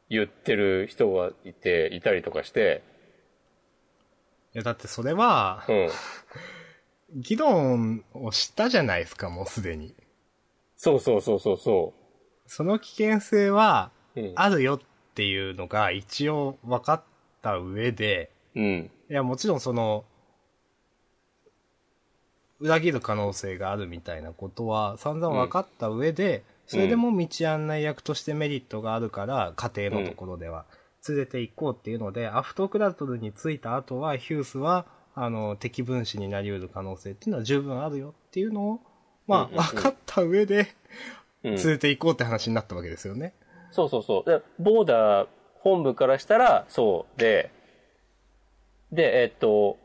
S2: 言ってる人がいて、いたりとかして、
S1: いや、だってそれは
S2: う、ん。
S1: 議論をしたじゃないですか、もうすでに。
S2: そうそうそうそうそ
S1: その危険性は、
S2: う。うん。
S1: あるよっていうのが一応分かった上で、
S2: うん。
S1: いや、もちろんその、裏切る可能性があるみたいなことは散々分かった上で、それでも道案内役としてメリットがあるから、家庭のところでは連れて行こうっていうので、アフトクラトルに着いた後は、ヒュースは、あの、敵分子になり得る可能性っていうのは十分あるよっていうのを、ま
S2: うんうんう
S1: あ、
S2: ん
S1: 分かった上で、
S2: うん、
S1: 連
S2: そう
S1: れて行こうって話になったわけですよね。
S2: そうそう。でボーダー本部からしたら、そうで、で、えっと、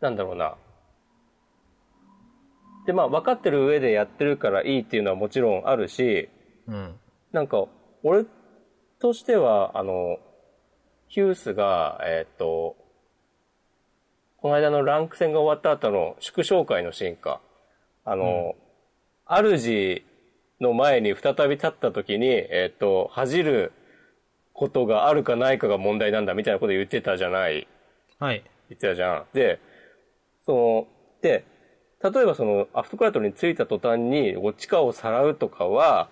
S2: なんだろうな。で、まあ、分かってる上でやってるからいいっていうのはもちろんあるし、
S1: うん。
S2: なんか、俺としては、あの、ヒュースが、えーっと、この間のランク戦が終わった後の祝勝会のシーンか。あの、主の前に再び立った時に、えーっと、恥じることがあるかないかが問題なんだみたいなこと言ってたじゃない。
S1: はい。
S2: 言ってたじゃん。で、その、で、例えばその、アフトクラトルに着いた途端に、お地下をさらうとかは、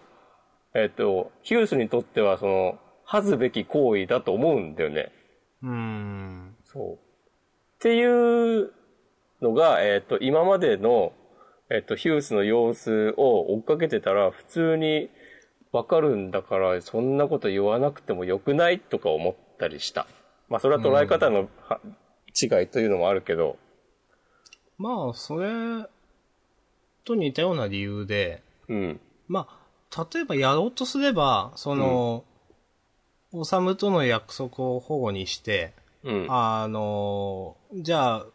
S2: えっと、ヒュースにとっては、その、恥ずべき行為だと思うんだよね。
S1: うーん。
S2: そう。っていうのが、えっと、今までの、えっと、ヒュースの様子を追っかけてたら、普通にわかるんだから、そんなこと言わなくてもよくないとか思ったりした。まあ、それは捉え方のは違いというのもあるけど、
S1: まあ、それと似たような理由で、
S2: うん。
S1: まあ、例えばやろうとすれば、その、オサムとの約束を保護にして、
S2: うん。
S1: あの、じゃあ、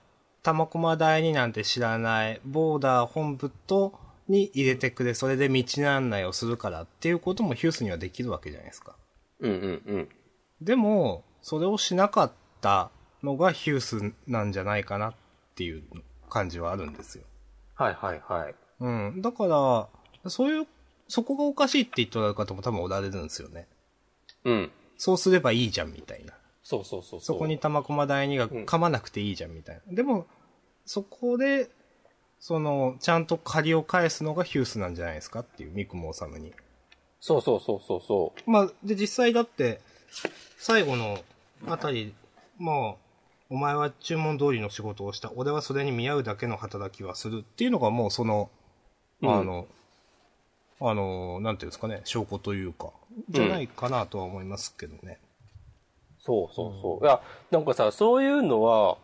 S1: 玉駒第二なんて知らない、ボーダー本部と、に入れてくれ、それで道案内をするからっていうこともヒュースにはできるわけじゃないですか。
S2: うんうんうん。
S1: でも、それをしなかったのがヒュースなんじゃないかなっっていう感じはあるんですよ。
S2: はいはいはい。
S1: うん。だから、そういう、そこがおかしいって言っておられる方も多分おられるんですよね。
S2: うん。
S1: そうすればいいじゃんみたいな。
S2: そうそうそう。
S1: そうこに。玉駒第二が
S2: うん
S1: 噛まなくていいじゃんみたいな。でも、そこで、その、ちゃんと借りを返すのがヒュースなんじゃないですかっていう、三雲治に。
S2: そうそうそうそうそう。
S1: まあ、で、実際だって、最後のあたり、もう、お前は注文通りの仕事をした。俺はそれに見合うだけの働きはするっていうのがもうその、あ
S2: うん
S1: の、あの、なんていうんですかね、証拠というか、じゃないかなとは思いますけどね。
S2: そうそうそう。いや、なんかさ、そういうのは、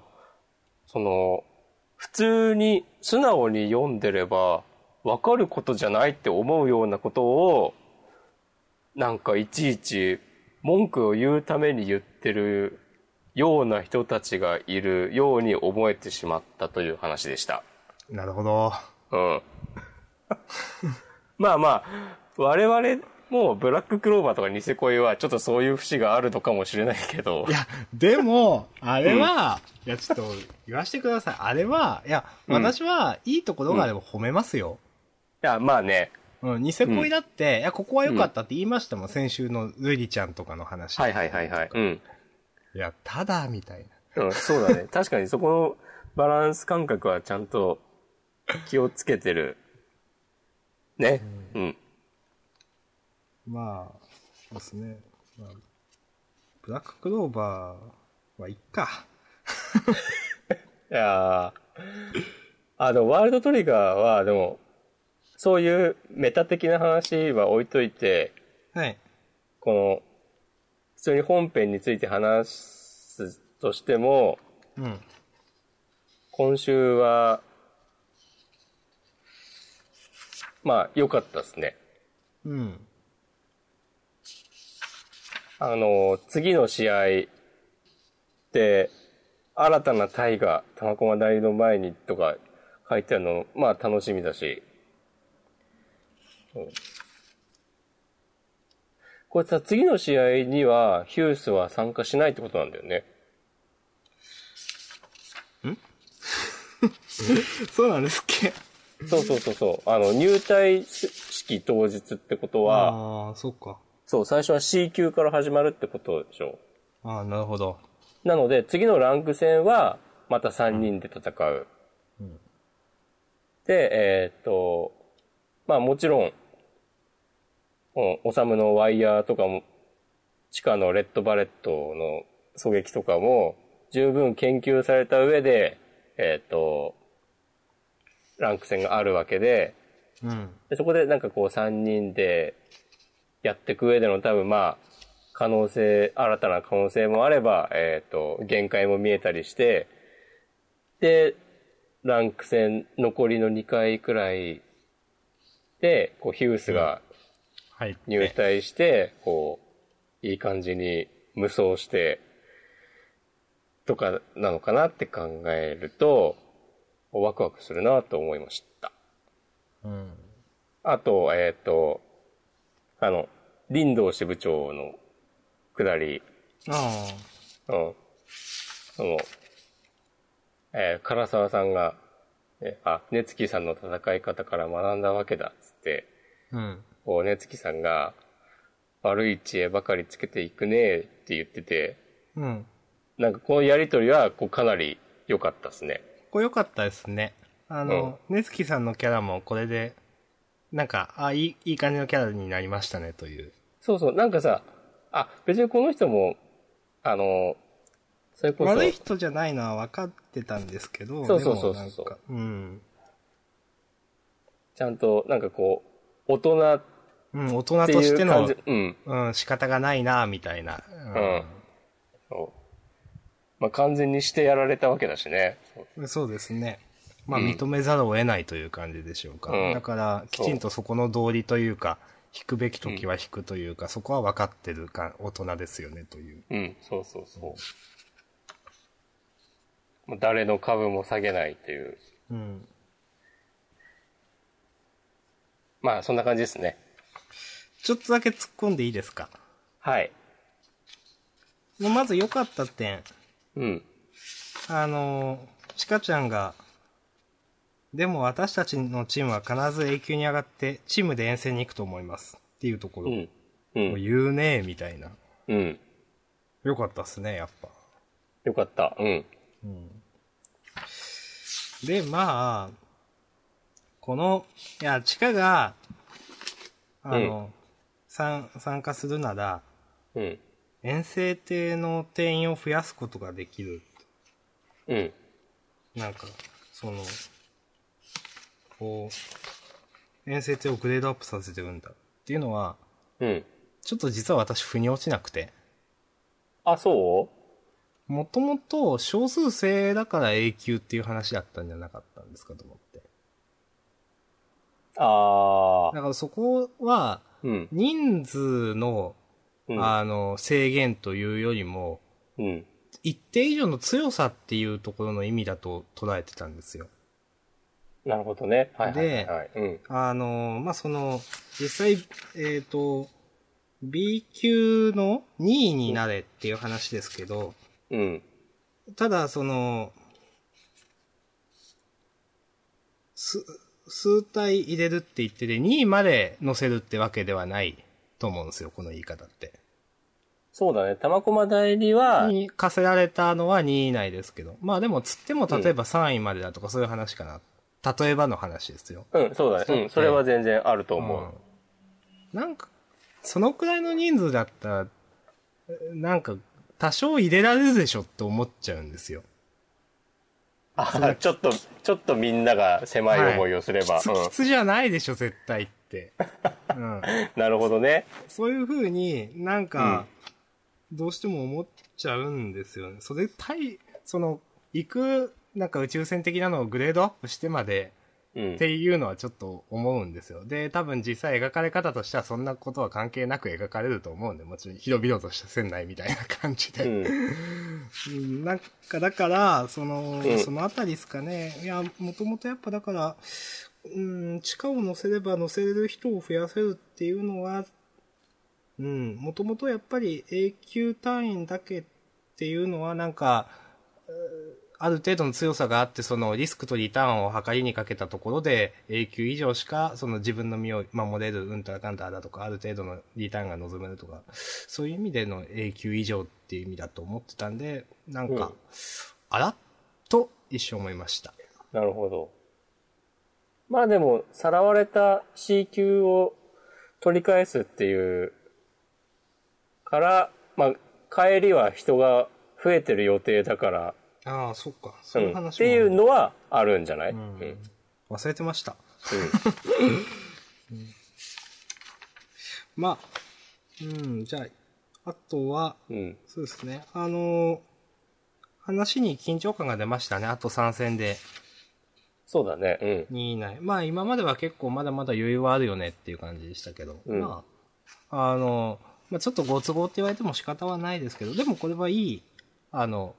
S2: その、普通に素直に読んでれば、わかることじゃないって思うようなことを、なんかいちいち文句を言うために言ってるような人たちがいるように思えてしまったという話でした。
S1: なるほど。
S2: うん。まあまあ、我々もブラッククローバーとかニセ恋はちょっとそういう節があるのかもしれないけど
S1: い。や、でも、あれは、いや、ちょっと言わせてください。あれは、いや、
S2: うん
S1: 私はいいところがあれば褒めますよ。
S2: いや、まあね。
S1: うん、ニセ恋だって、いや、ここは良かったって言いましたもん、先週のルリちゃんとかの話。
S2: はいはいはいはい。うん。
S1: いや、ただ、みたいな。
S2: うん、そうだね。確かにそこのバランス感覚はちゃんと気をつけてる。ね。うん。
S1: まあ、そうですね。まあ、ブラッククローバーはいっか。
S2: いやーあの、ワールドトリガーは、でも、そういうメタ的な話は置いといて、
S1: はい。
S2: この、普通に本編について話すとしても、
S1: うん。
S2: 今週は、まあ、良かったですね。
S1: うん。
S2: あの、次の試合で、新たなタイが玉駒大の前にとか書いてあるの、まあ楽しみだし。うんこれさ、次の試合にはヒュースは参加しないってことなんだよね。
S1: そうなんですっけ
S2: そうそうそうそう。あの、入隊式当日ってことは、
S1: ああ、そっか。
S2: そう、最初は C 級から始まるってことでしょ。
S1: ああ、なるほど。
S2: なので、次のランク戦は、また3人で戦う。で、えーっと、まあもちろん、うん、おさむのワイヤーとかも、地下のレッドバレットの狙撃とかも、十分研究された上で、えーっと、ランク戦があるわけで、
S1: うん。
S2: でそこでなんかこう3人でやっていく上での多分まあ可能性新たな可能性もあれば、えっと限界も見えたりしてでランク戦残りの2回くらいでこうヒュースが
S1: はい。
S2: 入隊して、こういい感じに無双してとかなのかなって考えるとワクワクするなと思いました。
S1: うん。
S2: あと、えっ、と、あの、林道支部長の下り、
S1: ああ。
S2: うん。その、えー唐沢さんが、えあ、根月さんの戦い方から学んだわけだ、つって、
S1: うん。
S2: こう、根月さんが、悪い知恵ばかりつけていくね、って言ってて、
S1: うん。
S2: なんかこのやりとりは、こう、かなり良かったですね。
S1: これ良かったですね。あの、ねつきさんのキャラもこれで、なんか、あいい、いい感じのキャラになりましたね、という。
S2: そうそう、なんかさ、あ、別にこの人も、あの、それこそ、
S1: 悪い人じゃないのは分かってたんですけど、
S2: そうそうそう
S1: でもなん
S2: そう
S1: かうん。
S2: ちゃんと、なんかこう、大人っ
S1: うん、大人
S2: て
S1: と
S2: い
S1: して
S2: う感
S1: の
S2: じ、、うん。
S1: うん、仕方がないな、みたいな。
S2: うんそうまあ、完全にしてやられたわけだしね。
S1: うん。そうですね。まあ、
S2: うん
S1: 認めざるを得ないという感じでしょうか。
S2: うん
S1: だから、き
S2: そう
S1: ちんとそこの道理というか、引くべき時は引くというか、そこは分かってるか、大人ですよね、という。
S2: うん、そうそうそう。もう誰の株も下げないという。
S1: うん。
S2: まあ、そんな感じですね。
S1: ちょっとだけ突っ込んでいいですか
S2: はい。
S1: まず良かった点。
S2: うん。
S1: あのーチカちゃんが、でも私たちのチームは必ず永久に上がって、チームで遠征に行くと思います。っていうとこ
S2: う
S1: ろ。
S2: ん。う。
S1: もうん言うねえ、みたいな。
S2: うん。
S1: よかったっすね、やっぱ。
S2: よかった。うん。
S1: で、まあ、この、いや、チカが、あの、参参加するなら、
S2: うん。
S1: 遠征艇の定員を増やすことができる。
S2: うん。
S1: なんか、その、こう、遠征艇をグレードアップさせてるんだ。っていうのは、
S2: うん。
S1: ちょっと実は私、腑に落ちなくて。
S2: あ、そ
S1: もともと少数制だから永久っていう話だったんじゃなかったんですかと思って。
S2: うああ。
S1: だからそこは、
S2: うん。
S1: 人数の、
S2: うん。
S1: あの、制限というよりも、
S2: うん。
S1: 一定以上の強さっていうところの意味だと捉えてたんですよ。
S2: なるほどね。はいはいはいはい。うん。
S1: あの、まあ、その、実際、えっ、と、B 級の2位になれっていう話ですけど、
S2: うん。
S1: ただ、その、す、数体入れるって言ってて、2位まで乗せるってわけではないと思うんですよ、この言い方って。
S2: そうだね。玉駒代理は、
S1: に課せられたのは2位以内ですけど。まあでも、つっても例えば3位までだとかそういう話かな。例えばの話ですよ。
S2: うん、そうだね。うん、それは全然あると思
S1: う
S2: う。
S1: んなんか、そのくらいの人数だったら、なんか、多少入れられるでしょって思っちゃうんですよ。
S2: あちょっと、ちょっとみんなが狭い思いをすれば。
S1: きつきつじゃないでしょ、絶対って。うん。
S2: うん。なるほどね。
S1: そういう風になんか、どうしても思っちゃうんですよね。それ対、その、行く、なんか宇宙船的なのをグレードアップしてまで
S2: うん
S1: っ。ていうのはちょっと思うんですよ。で、多分実際描かれ方としてはそんなことは関係なく描かれると思うんで、もちろん広々とした船内みたいな感じ
S2: う
S1: で。
S2: ん。
S1: うん、なんかだから、その、
S2: うん
S1: そのあたりですかね。いや、もともとやっぱだから、うん、地下を乗せれば乗せれる人を増やせるっていうのは、うん、もともとやっぱり永久単位だけっていうのはなんか、うーある程度の強さがあって、そのリスクとリターンを計りにかけたところで、永久以上しか、その自分の身を守れる、うんたらかんたらだとか、ある程度のリターンが望めるとか、そういう意味での永久以上っていう意味だと思ってたんで、なんか、
S2: うん
S1: あらと一瞬思いました。
S2: なるほど。まあでも、さらわれた C 級を取り返すっていうから、まあ、帰りは人が増えてる予定だから、
S1: ああ、そっか。
S2: う、
S1: そういうん
S2: っ
S1: 話
S2: ていう
S1: も
S2: のはあるんじゃない、うんん
S1: 忘れてました。まあ、うん、じゃあ、あとは、
S2: うん
S1: そうですね。あのー話に緊張感が出ましたね。あと3戦で
S2: そうだね。
S1: 2以内。まあ今までは結構まだまだ余裕はあるよねっていう感じでしたけど。
S2: うん
S1: まあ、あのーまあ、ちょっとご都合って言われても仕方はないですけど、でもこれはいい、あの、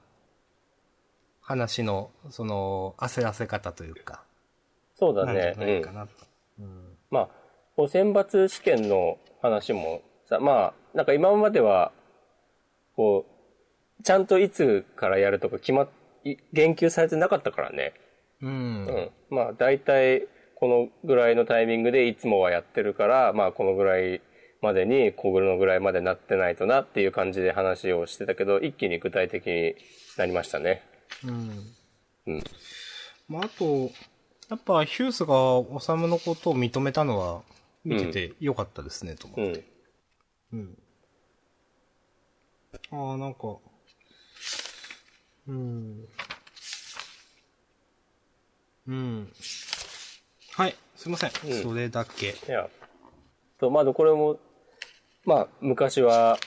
S1: 話の、その、焦らせ方というか、
S2: そうだ
S1: なんじゃ
S2: ね。
S1: ない
S2: うん
S1: かなと。
S2: まあ、こう選抜試験の話もさ、まあ、なんか今までは、こう、ちゃんといつからやるとか決まっ、い言及されてなかったからね。
S1: うん。
S2: うん。まあ、大体、このぐらいのタイミングでいつもはやってるから、まあ、このぐらいまでに、このぐらいまでなってないとなっていう感じで話をしてたけど、一気に具体的になりましたね。
S1: うん。
S2: うん
S1: まあ、あと、やっぱヒュースがオサムのことを認めたのは、見てて良かったですね、と思って
S2: うん。
S1: うん。ああ、なんか、うん。うん。はい、すいません。
S2: うん
S1: それだけ。
S2: いや、とまあ、これも、まあ、昔は、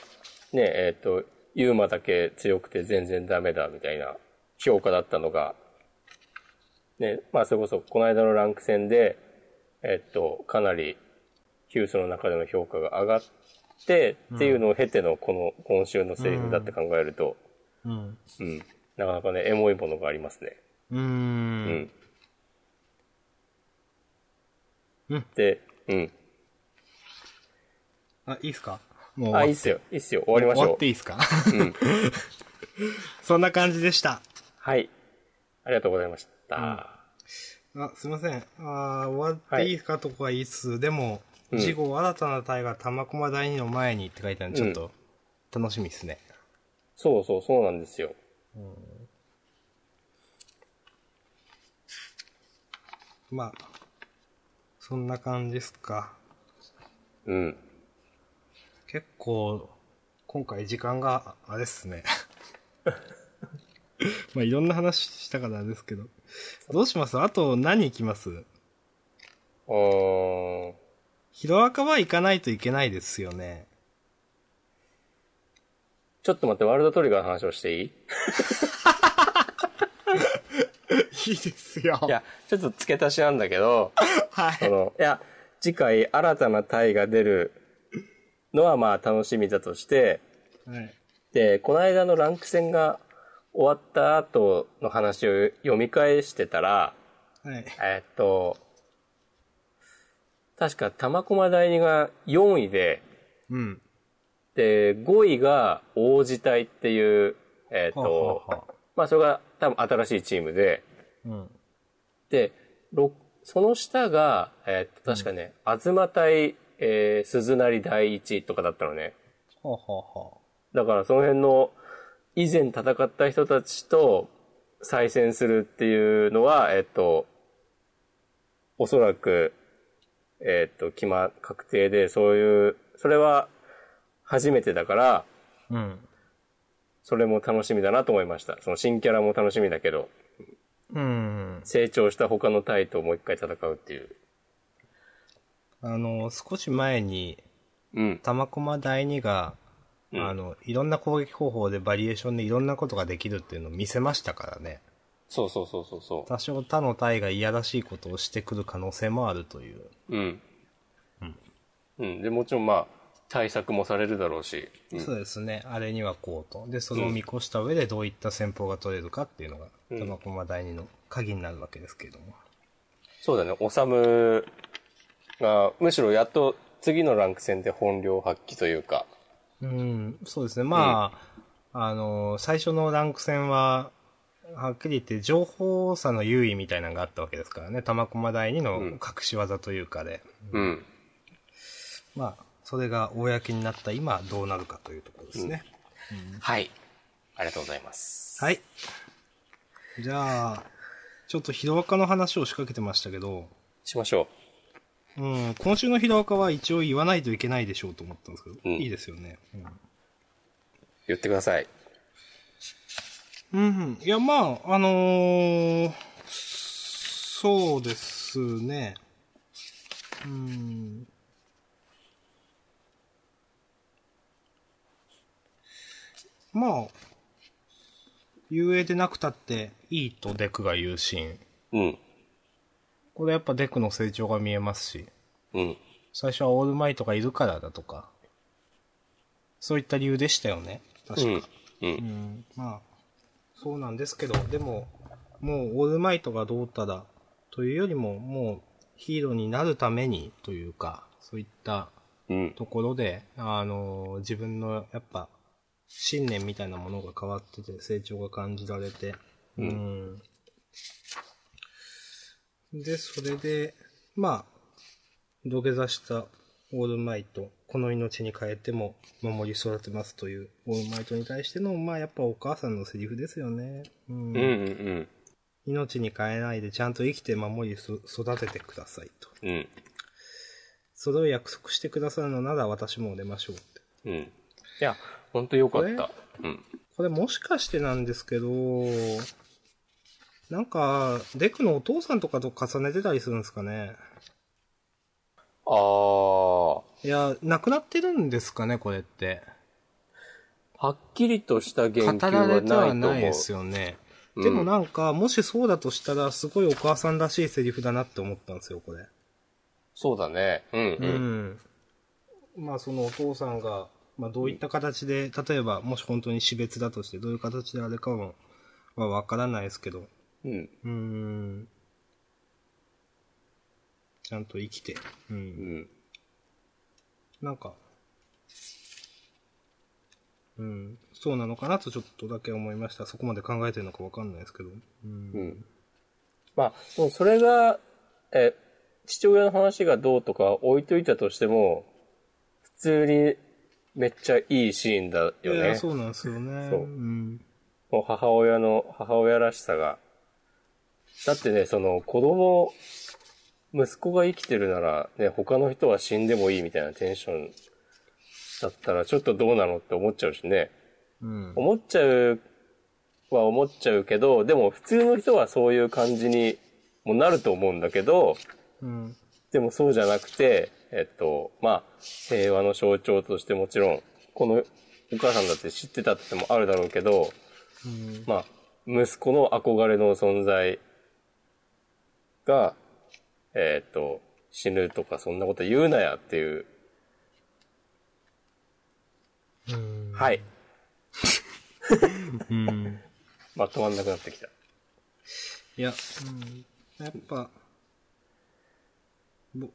S2: ね、えっ、と、ユーマだけ強くて全然ダメだみたいな評価だったのが、ね、まあ、それこそ、この間のランク戦で、えっ、と、かなり、ヒュースの中での評価が上がって、っていうのを経ての、この、今週のセリフだって考えると、
S1: うん。
S2: うん、なかなかね、エモいものがありますね。
S1: うーん。うん
S2: で、うん。
S1: あ、いいっすかもう
S2: あ、
S1: 終
S2: いいっすよ。いいっすよ。終わりまし
S1: わ <laughs>
S2: ょ
S1: っ
S2: う
S1: て。いいっすか
S2: うん
S1: そんな感じでした。
S2: はい。ありがとうございました。
S1: あ、すいません。あー終わっていいかとかは言いつつ、でも、
S2: うん
S1: 事後新たな隊が玉駒第二の前にって書いてあるので、
S2: う
S1: ちょ
S2: ん
S1: っと、楽しみですね。
S2: そうそう、そうなんですよ。
S1: まあ、そんな感じですか。
S2: うん。
S1: 結構、今回時間が、あれっす <laughs> ね。まあ、いろんな話したからあれですけど。どうしますあと何行きます
S2: うーん。
S1: ヒロアカは行かないといけないですよね。
S2: ちょっと待って、ワールドトリガーの話をしていい
S1: いいですよ。
S2: いや、ちょっと付け足しなんだけど、
S1: は
S2: そ
S1: い。
S2: の、 <laughs> いや、次回新たなタイが出るのはまあ楽しみだとして、
S1: はい、
S2: で、この間のランク戦が終わった後の話を読み返してたら、
S1: はい。
S2: えっと、確か玉駒第二が4位で、
S1: うん。
S2: で、5位が王子隊っていう、えっ
S1: はあはあは
S2: と、まあそれが多分新しいチームで、
S1: うん。
S2: で、ろその下が、えっと、確かね、東隊、えー鈴なり第一とかだったのね。
S1: ほうほうほ
S2: だからその辺の以前戦った人たちと再戦するっていうのは、えっと、おそらく、えっと、決ま、確定で、そういう、それは初めてだから、
S1: う。うん。
S2: それも楽しみだなと思いました。その新キャラも楽しみだけど、
S1: うん。
S2: 成長した他の隊ともう一回戦うっていう。
S1: あの、少し前に、
S2: うん。
S1: 玉駒第二が、
S2: うん
S1: あの、いろんな攻撃方法でバリエーションでいろんなことができるっていうのを見せましたからね。
S2: そうそうそうそうそう。
S1: 多少他の隊がいやらしいことをしてくる可能性もあるという。
S2: うん。うん。で、もちろんまあ、対策もされるだろうし。うん
S1: そうですね。あれにはこうと。で、それを見越した上でどういった戦法が取れるかっていうのが、
S2: うん
S1: 玉駒第二の鍵になるわけですけれども。
S2: そうだね、おさむが、むしろやっと次のランク戦で本領発揮というか。
S1: うん、そうですね。まあ、あの、最初のランク戦は、はっきり言って情報差の優位みたいなのがあったわけですからね。玉駒第二の隠し技というかで。
S2: うん。
S1: まあ、それが公になった今、どうなるかというところですね。
S2: はい。ありがとうございます。
S1: はい。じゃあ、ちょっとヒロアカの話を仕掛けてましたけど、
S2: しましょ
S1: うん、今週のヒロアカは一応言わないといけないでしょうと思ったんですけど、
S2: うん
S1: いいですよね。うん
S2: う。言ってください。
S1: うん、いや、まあ、あのーそうですね。うん。まあ、遊泳でなくたって、いいとデクが言うシーン。
S2: うん。
S1: これやっぱデクの成長が見えますし、
S2: うん。
S1: 最初はオールマイトがいるからだとか、そういった理由でしたよね。確
S2: う
S1: か。
S2: ん。
S1: う
S2: う。
S1: んん、まあ、そうなんですけど、でも、もうオールマイトがどうたら、というよりも、もうヒーローになるためにというか、そういった
S2: うん。
S1: ところで、あの自分のやっぱ、信念みたいなものが変わってて、成長が感じられて、うん。で、それで、まあ、土下座したオールマイト、この命に変えても守り育てますというオールマイトに対しての、まあやっぱお母さんのセリフですよね。うん
S2: うん。うん。
S1: 命に変えないでちゃんと生きて守りそ育ててくださいと。
S2: うん。
S1: それを約束してくださるのなら私も出ましょうって。
S2: うん。いや、ほんとよかった。うん。
S1: これもしかしてなんですけど、なんか、デクのお父さんとかと重ねてたりするんですかね。
S2: あー。
S1: いや、亡くなってるんですかね、これって。
S2: はっきりとした言
S1: 語
S2: 及
S1: ら
S2: は
S1: れては
S2: な
S1: ない
S2: いと
S1: です
S2: 思
S1: よね。
S2: うん
S1: でもなんか、もしそうだとしたら、すごいお母さんらしいセリフだなって思ったんですよ、これ。
S2: う。そうだね。うん。
S1: う
S2: うん。
S1: ん。まあ、そのお父さんが、まあ、どういった形で、例えば、もし本当に死別だとして、どういう形であれかも、はわからないですけど、
S2: うん。
S1: うーん。ちゃんと生きて。う。
S2: うんん。
S1: なんか、うん、そうなのかなとちょっとだけ思いました。そこまで考えてるのかわかんないですけど。うん
S2: うん。まあ、でもそれが、え、父親の話がどうとか置いといたとしても、普通にめっちゃいいシーンだよ
S1: いや
S2: ね。
S1: そうなんですよね。。
S2: そうんもう母親の、母親らしさが。だってね、その子供、息子が生きてるなら、ね、他の人は死んでもいいみたいなテンションだったら、ちょっとどうなのって思っちゃうしね。
S1: うん。
S2: 思っちゃうは思っちゃうけど、でも普通の人はそういう感じにもなると思うんだけど、
S1: うん。
S2: でもそうじゃなくて、えっと、まあ、平和の象徴としてもちろん、このお母さんだって知ってたってのもあるだろうけど、
S1: うん
S2: まあ、息子の憧れの存在が、えっと、死ぬとかそんなこと言うなやっていう。
S1: うん。
S2: はい。
S1: うん。
S2: まとまんなくなってきた。
S1: いや、うん、やっぱ、ぼ、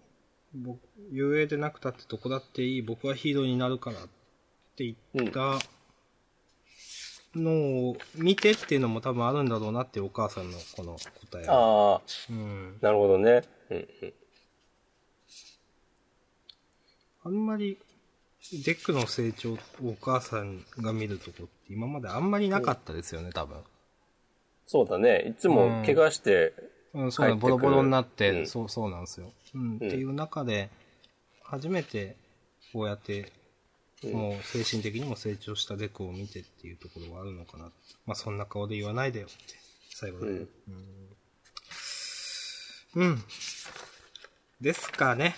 S1: ぼ、遊泳でなくたってどこだっていい、僕はヒーローになるからって言ったのを見てっていうのも多分あるんだろうなっていうお母さんのこの答えは。
S2: ああ、
S1: うん。
S2: なるほどね。うんうん。
S1: あんまり、デックの成長をお母さんが見るとこって今まであんまりなかったですよね、多分。
S2: そうだね。いつも怪我して、
S1: うん、そうだ、
S2: 帰って
S1: ボ
S2: く
S1: ロ
S2: る
S1: ボロになって、
S2: うん
S1: そう、そうなんですよ。うん、っていう中で、初めて、こうやって、もう精神的にも成長したデコを見てっていうところはあるのかな。まあ、そんな顔で言わないでよって、最後
S2: う
S1: で。
S2: ん。
S1: うん。ですかね。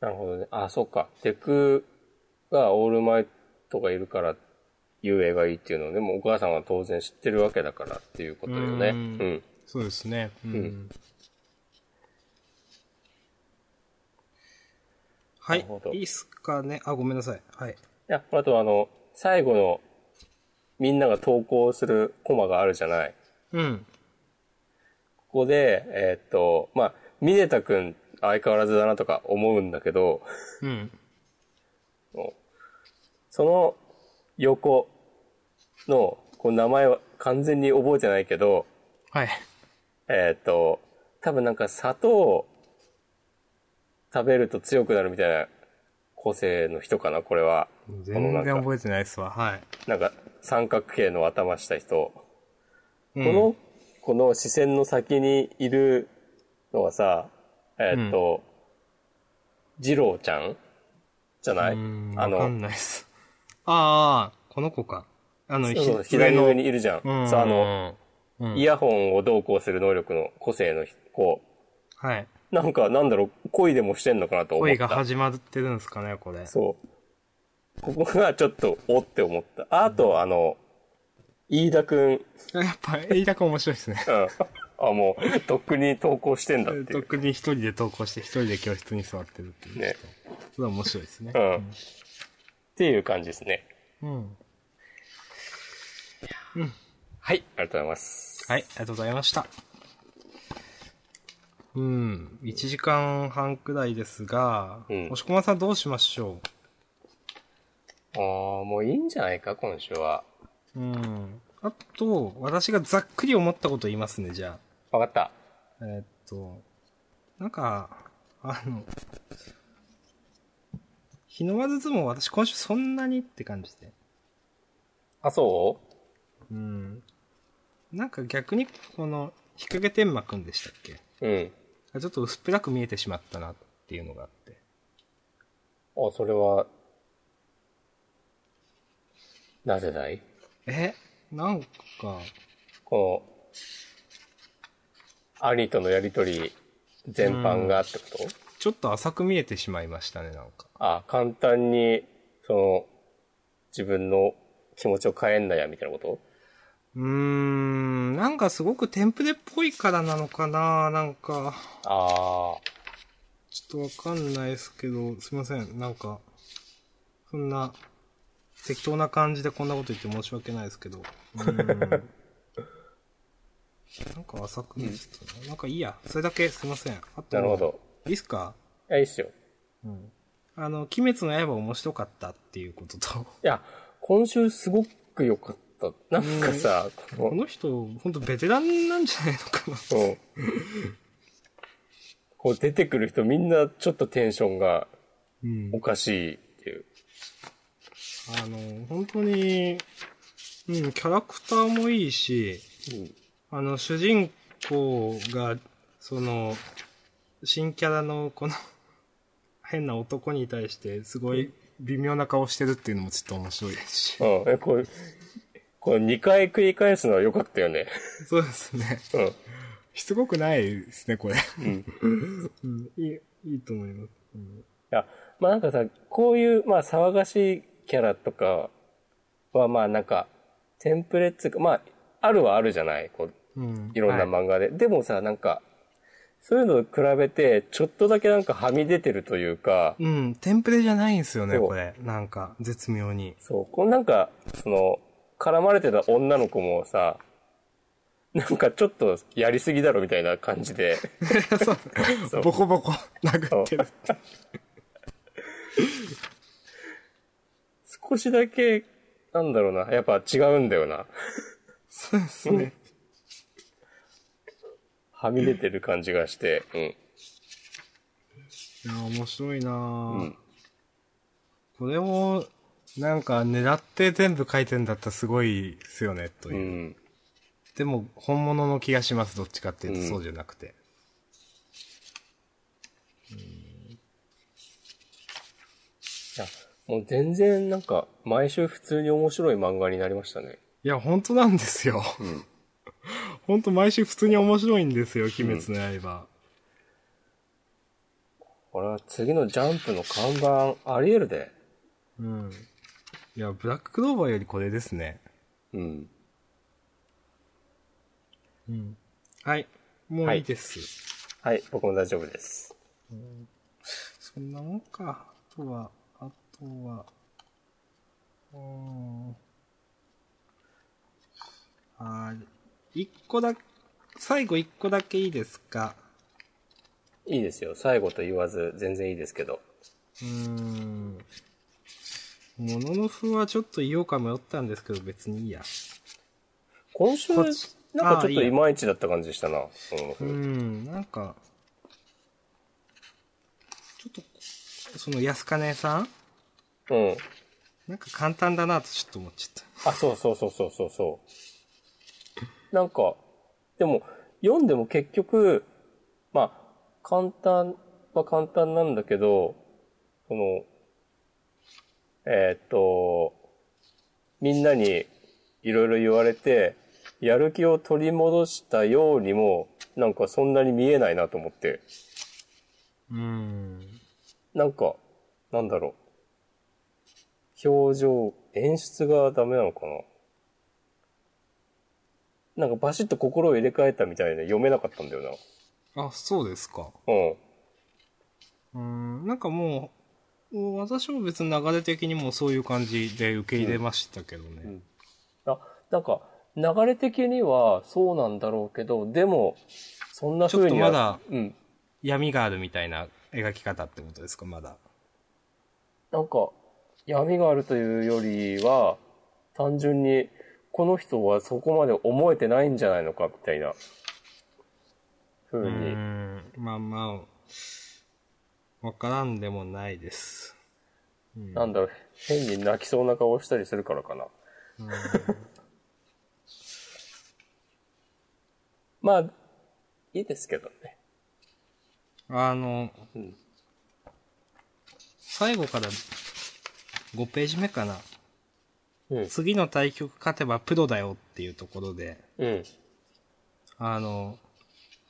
S2: なるほどね。あ、そうか。テクがオールマイトがいるから、遊泳がいいっていうのをね、もうお母さんは当然知ってるわけだからっていうことよね。
S1: う
S2: うんん,、
S1: そうですね。うん。
S2: ん
S1: は
S2: ないるほど。
S1: いいっすかね。あ、ごめんなさい。はい。
S2: いや、あとあの、最後の、みんなが投稿するコマがあるじゃない。
S1: うん。
S2: ここで、えーっと、まあ、ミネタ君相変わらずだなとか思うんだけど、
S1: うん。
S2: その横の、こう名前は完全に覚えてないけど、
S1: はい。
S2: えーっと、多分なんか砂糖を食べると強くなるみたいな個性の人かな、これは。このなん
S1: 全然
S2: か、
S1: 覚えてないっすわ。はい。
S2: なんか三角形の頭した人。
S1: うん
S2: この、この視線の先にいるのはさ、えーっと、二郎ちゃんじゃない
S1: うん
S2: あ
S1: わか
S2: の
S1: ん、ないっす。 <laughs> ああ、この子か。あの、
S2: そうそう
S1: ひ
S2: 左上に
S1: 上
S2: いるじゃん。
S1: のうん。
S2: そう、あの、
S1: うん
S2: イヤホンをどうこうする能力の個性の子。
S1: はい。
S2: なんか、なんだろう、恋でもしてんのかなと思った。
S1: 恋が始まってるんですかね、これ。
S2: そう。ここがちょっと、おって思った。ああと、あの、飯田くん。う
S1: <laughs>
S2: ん。
S1: やっぱ、言いたく面白いですね。
S2: あ、もう、とっくに投稿してんだ
S1: <laughs>
S2: っていう。
S1: 特に一人で投稿して、一人で教室に座ってるっていう。
S2: ね。
S1: それは面白いですね
S2: う。ん。っていう感じですね。
S1: うん。
S2: はい、ありがとうございます。
S1: はい、ありがとうございました。うん、1時間半くらいですが、
S2: うん
S1: 押駒さんどうしましょ
S2: ああ、もういいんじゃないか、今週は。
S1: ううん。あと、私がざっくり思ったこと言いますね、じゃあ。
S2: わかった。
S1: えーっと、なんか、あの、日の丸相撲私今週そんなにって感じで。
S2: あ、そ
S1: うん。なんか逆に、この、日陰天幕んでしたっけ
S2: ううん。
S1: あちょっと薄っぺらく見えてしまったなっていうのがあって。
S2: あ、それは、なぜだい
S1: えなんか、
S2: この、兄とのやりとり全般がってこと、
S1: ちょっと浅く見えてしまいましたね、なんか。
S2: あ、簡単に、その、自分の気持ちを変えんなや、みたいなこと
S1: うーん、なんかすごくテンプレっぽいからなのかななんか。
S2: あ
S1: ちょっとわかんないですけど、すいません。なんか、そんな、適当な感じでこんなこと言って申し訳ないですけど。うーんなんか浅くでしたね。なんかいいや。それだけすいません。あ
S2: あ、
S1: と、
S2: なるほ。ど。
S1: いいっすか
S2: いや、いいっすよ。
S1: うん。あの、鬼滅の刃面白かったっていうことと、
S2: いや、今週すごく良かった。なんかさ、こ
S1: こ
S2: の、
S1: の人、本当ベテランなんじゃないのかな。
S2: そう。 <laughs> こう出てくる人みんなちょっとテンションが
S1: うん
S2: おかしいっていう。
S1: あの、本当に、うん、キャラクターもいいし、あの、主人公が、その、新キャラのこの <laughs> 変な男に対してすごい微妙な顔してるっていうのもちょっと面白いです
S2: <laughs>
S1: し。
S2: うん。え、これ、これ2回繰り返すのは良かったよね。
S1: そうですね。
S2: うん。
S1: しつこくないですね、これ。
S2: ん
S1: <laughs> うんいい、いいと思います。うん
S2: いや、まあなんかさ、こういう、まあ騒がしいキャラとかは、まあなんか、テンプレっつうか、まあ、あるはあるじゃない、こう、
S1: うん
S2: いろん
S1: は
S2: な漫画で。でもさ、なんか、そういうのと比べて、ちょっとだけなんかはみ出てるというか、
S1: いうん、テンプレじゃないんですよね、
S2: そう
S1: これ。なんか、絶妙に。
S2: そう、このなんか、その、絡まれてた女の子もさ、なんかちょっとやりすぎだろみたいな感じで、 <laughs>
S1: <laughs>
S2: そう
S1: ボコボコ殴ってる。
S2: 少しだけ、なんだろうな、やっぱ違うんだよな。
S1: そうですね。
S2: はみ出てる感じがして、うん。
S1: いや、面白いなぁ、
S2: うん
S1: これを、なんか狙って全部書いてんだったらすごいですよね、というう。
S2: ん。
S1: でも、本物の気がします、どっちかっていうと、そうじゃなくて。
S2: いや、もう全然なんか、毎週普通に面白い漫画になりましたね。
S1: いや、本当なんですよ。
S2: ん
S1: <laughs> 本当毎週普通に面白いんですよ、鬼滅の刃。
S2: これは次のジャンプの看板あり得るで。
S1: うん。いや、ブラッククローバーよりこれですね。
S2: うん。
S1: うん。はい。もういいです。
S2: はい、僕も大丈夫です。
S1: そんなもんか。あとは、あとは、うーん。はーい。一個だ、最後一個だけいいですか。
S2: いいですよ。最後と言わず全然いいですけど。
S1: うーん。もののふはちょっと言おうか迷ったんですけど、別にいいや。
S2: 今週、な
S1: こ
S2: ん
S1: っ
S2: か
S1: ち
S2: ちょっ
S1: あいい
S2: と
S1: よ
S2: いまいちだった感じしたな。うん
S1: うーん、なんか、ちょっと、その安金さん
S2: うん。
S1: なんか簡単だなとちょっと思っちゃった。
S2: あ、そうそうそうそうそうそう。なんか、でも、読んでも結局、まあ、簡単は簡単なんだけど、その、えーっと、みんなにいろいろ言われて、やる気を取り戻したようにも、なんかそんなに見えないなと思って。
S1: うーん。
S2: なんか、なんだろう。表情、演出がダメなのかななんかバシッと心を入れ替えたみたいで読めなかったんだよな。
S1: あ、そうですか。
S2: うん。
S1: うーん、なんかもう、もう私も別に流れ的にもうそういう感じで受け入れましたけどね。
S2: んあ、なんか、流れ的にはそうなんだろうけど、でも、そんな風には。
S1: ちょっとまだ
S2: うん。
S1: 闇があるみたいな描き方ってことですか、まだ。
S2: なんか、闇があるというよりは、単純に、この人はそこまで思えてないんじゃないのか、みたいな、
S1: う
S2: 風
S1: ー
S2: に
S1: ん、まあまあ、わからんでもないです。うん
S2: なんだろう、変に泣きそうな顔したりするからかな。まあ、いいですけどね。
S1: あの、
S2: うん
S1: 最後から5ページ目かな。
S2: うん。
S1: 次の対局勝てばプロだよっていうところで、
S2: うん。
S1: あの、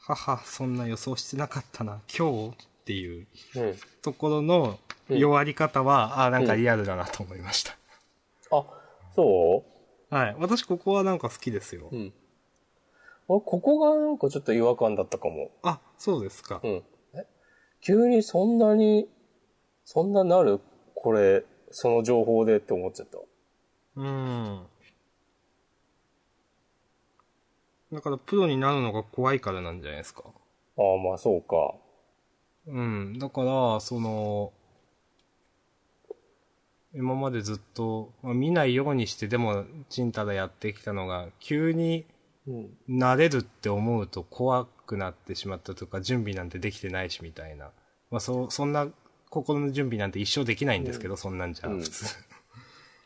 S1: 母、そんな予想してなかったな、今日っていう
S2: うん。
S1: ところの弱り方は、ああ、なんかリアルだなと思いました。
S2: あ、そ
S1: はい。私、ここはなんか好きですよ。
S2: ううん。俺、ここがなんかちょっと違和感だったかも。
S1: あ、そうですか
S2: う。ん。え急にそんなに、そんななるこれ、その情報でって思っちゃった。
S1: うん。だから、プロになるのが怖いからなんじゃないですか。
S2: ああ、まあそうか。
S1: うん。だから、その、今までずっと、まあ、見ないようにしてでもちんたらやってきたのが、急に
S2: うん。
S1: 慣れるって思うと怖くなってしまったとか、準備なんてできてないしみたいな。まあそ、そんな心の準備なんて一生できないんですけど、そんなんじゃ、
S2: うん
S1: 普通。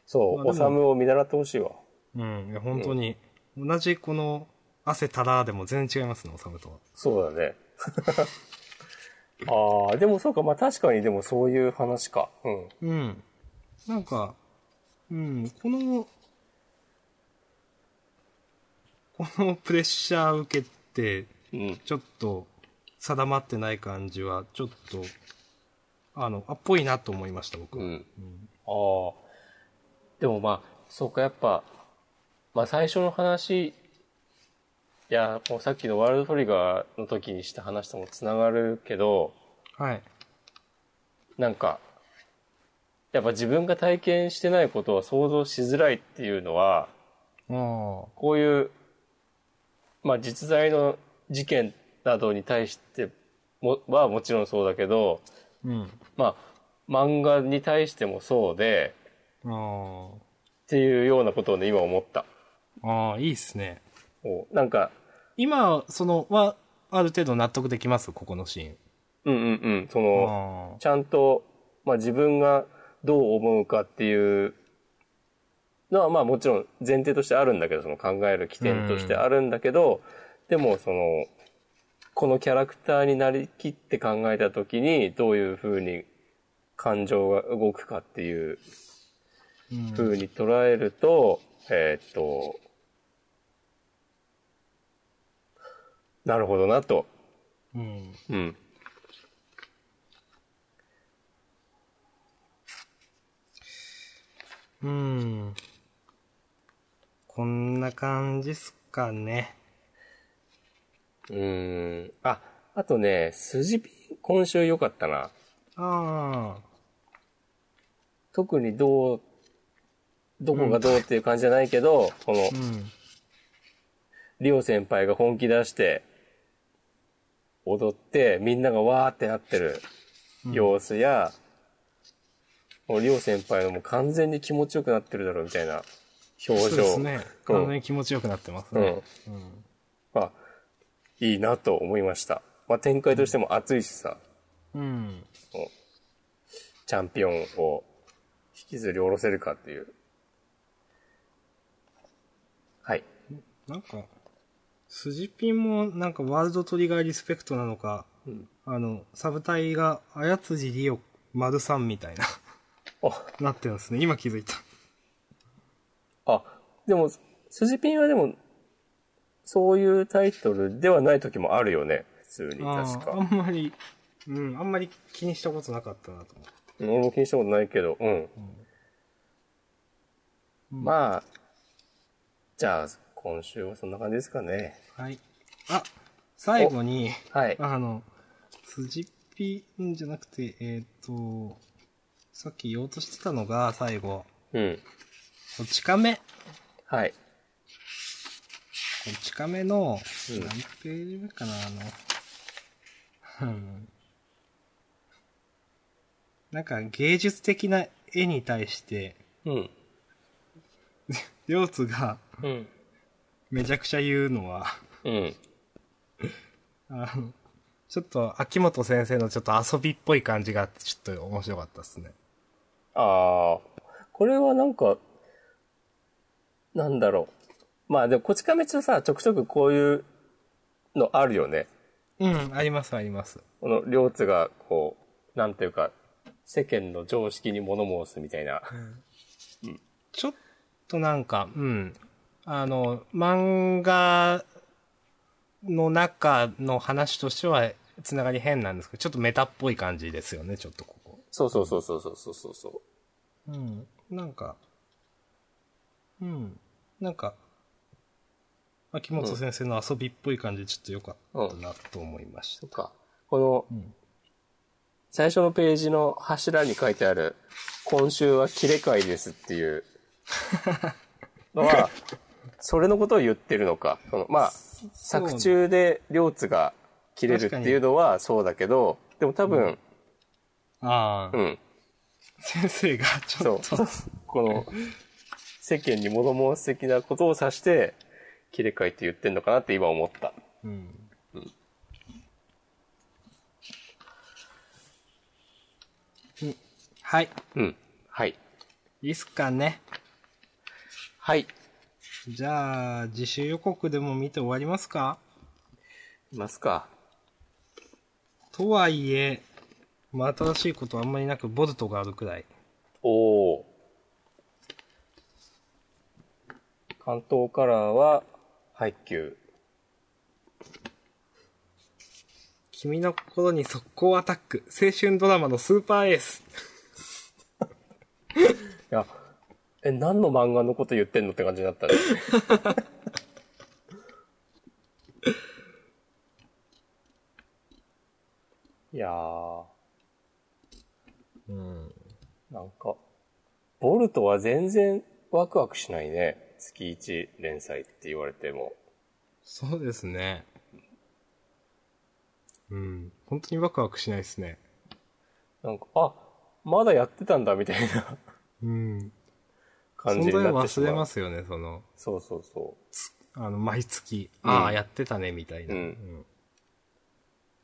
S2: そ
S1: まあ
S2: う、
S1: でも
S2: おさむを見習ってほしいわ。
S1: うん、いや本当に、同じこの汗たらでも全然違いますね、おさむとは。
S2: そうだね。 <laughs> ああ、でもそうか、まあ確かにでもそういう話か。うん。
S1: うん。なんか、うん、この、このプレッシャー受けて、
S2: うん。
S1: ちょっと定まってない感じは、ちょっと、あの、あっぽいなと思いました、僕
S2: う
S1: は。
S2: ん。ああ。でもまあ、そうか、やっぱ、まあ最初の話、いや、もうさっきのワールドトリガーの時にした話ともつながるけど、
S1: はい。
S2: なんか、やっぱ自分が体験してないことは想像しづらいっていうのは、
S1: あ
S2: こういう、まあ実在の事件などに対しても、はもちろんそうだけど、
S1: あ。うん。
S2: まあ漫画に対してもそうで、
S1: あ
S2: っていうようなことをね、今思った。
S1: あ。ああ、いいっすね。
S2: おなんか、
S1: 今、その、は、ある程度納得できます、ここのシーン。
S2: うんうんうん、その、
S1: あ
S2: ちゃんと、まあ自分がどう思うかっていうのは、まあもちろん前提としてあるんだけど、その考える起点としてあるんだけど、でもその、このキャラクターになりきって考えた時に、どういう風に感情が動くかっていう
S1: あ。うん
S2: 風に捉えると、えーっと、なるほどなと。
S1: うん。
S2: うん。
S1: うん。こんな感じっすかね。
S2: うーん。あ、あとね、筋ピン、今週良かったな。
S1: ああ。
S2: 特にどう、どこがどうっていう感じじゃないけど、この
S1: う、ん。
S2: リオ先輩が本気出して、踊って、みんながわーってなってる様子や、もうリオ先輩のもう完全に気持ちよくなってるだろうみたいな
S1: そう
S2: 表情。
S1: ですね。完全に気持ちよくなってますね。うん
S2: まあ、いいなと思いました。まあ展開としても熱いしさ。
S1: うん。
S2: チャンピオンを引きずり下ろせるかっていう。はい。
S1: なんか、筋ピンもなんかワールドトリガーリスペクトなのか、
S2: うん
S1: あの、サブ隊が、あやつじりお丸さんみたいな、
S2: あ、
S1: なってるんですね。今気づいた。
S2: あ、でも、筋ピンはでも、そういうタイトルではない時もあるよね。普通に、
S1: あ
S2: 確
S1: ー
S2: か。
S1: あんまり、うん、あんまり気にしたことなかったなと思って。
S2: 俺も気にしたことないけど、うん。まあ、じゃあ、今週はそんな感じですかね。
S1: はい。あ、最後に、
S2: はい。
S1: あの、筋ピンじゃなくて、えっ、と、さっき言おうとしてたのが、最後、
S2: うん。
S1: こち亀。こ
S2: はい。
S1: ち亀の、
S2: うん
S1: 何ページ目かな、あの、 <laughs> うんなんか芸術的な絵に対して、
S2: うん。
S1: 両津が
S2: うん。
S1: めちゃくちゃ言うのは、
S2: うん。
S1: あの、ちょっと秋元先生のちょっと遊びっぽい感じがあって、ちょっと面白かったですね。
S2: ああ、これはなんか、なんだろう。まあでも、こち亀ちはさ、ちょくちょくこういうのあるよね。
S1: うん、ありますあります。
S2: この、両津が、こう、なんていうか、世間の常識に物申すみたいな。
S1: ちょっとなんか、うん。あの、漫画の中の話としては、つながり変なんですけど、ちょっとメタっぽい感じですよね、ちょっとここ。
S2: そうそうそうそうそうそうそ
S1: うん。なんか、うん。なんか、秋元先生の遊びっぽい感じ、ちょっと良かったなと思いまし
S2: う
S1: た。
S2: か。この、
S1: うん
S2: 最初のページの柱に書いてある、今週は切れ会ですって <laughs> いうのは、それのことを言ってるのか。そのまあ、作中で両津が切れるっていうのはそうだけど、でも多分、
S1: ああ
S2: う、ん。
S1: 先生がち
S2: そ
S1: ょ
S2: う
S1: っと、。
S2: この、世間に物申す的なことを指して、切れ替えて言ってんのかなって今思った。
S1: うん。うんはい。
S2: うん。はい。
S1: いいっすかね。
S2: はい。
S1: じゃあ、自習予告でも見て終わりますか
S2: いますか。
S1: とはいえ、まあ、新しいことはあんまりなく、ボルトがあるくらい。
S2: おお。関東カラーは、配給。
S1: 君の心に速攻アタック、青春ドラマのスーパーエース。
S2: いや、え、何の漫画のこと言ってんのって感じになったね。 <laughs> いやー、
S1: うん。
S2: なんか、ボルトは全然ワクワクしないね。月1連載って言われても。
S1: そうですね。うん。本当にワクワクしないですね。
S2: なんか、あ、まだやってたんだみたいな
S1: うん。
S2: 感じ
S1: 存
S2: に
S1: 在
S2: な
S1: を
S2: って
S1: 忘
S2: しまう。
S1: れますよね、その、
S2: そうそうそ
S1: あの、毎月、
S2: うん
S1: ああ、やってたね、みたいな。
S2: うんう。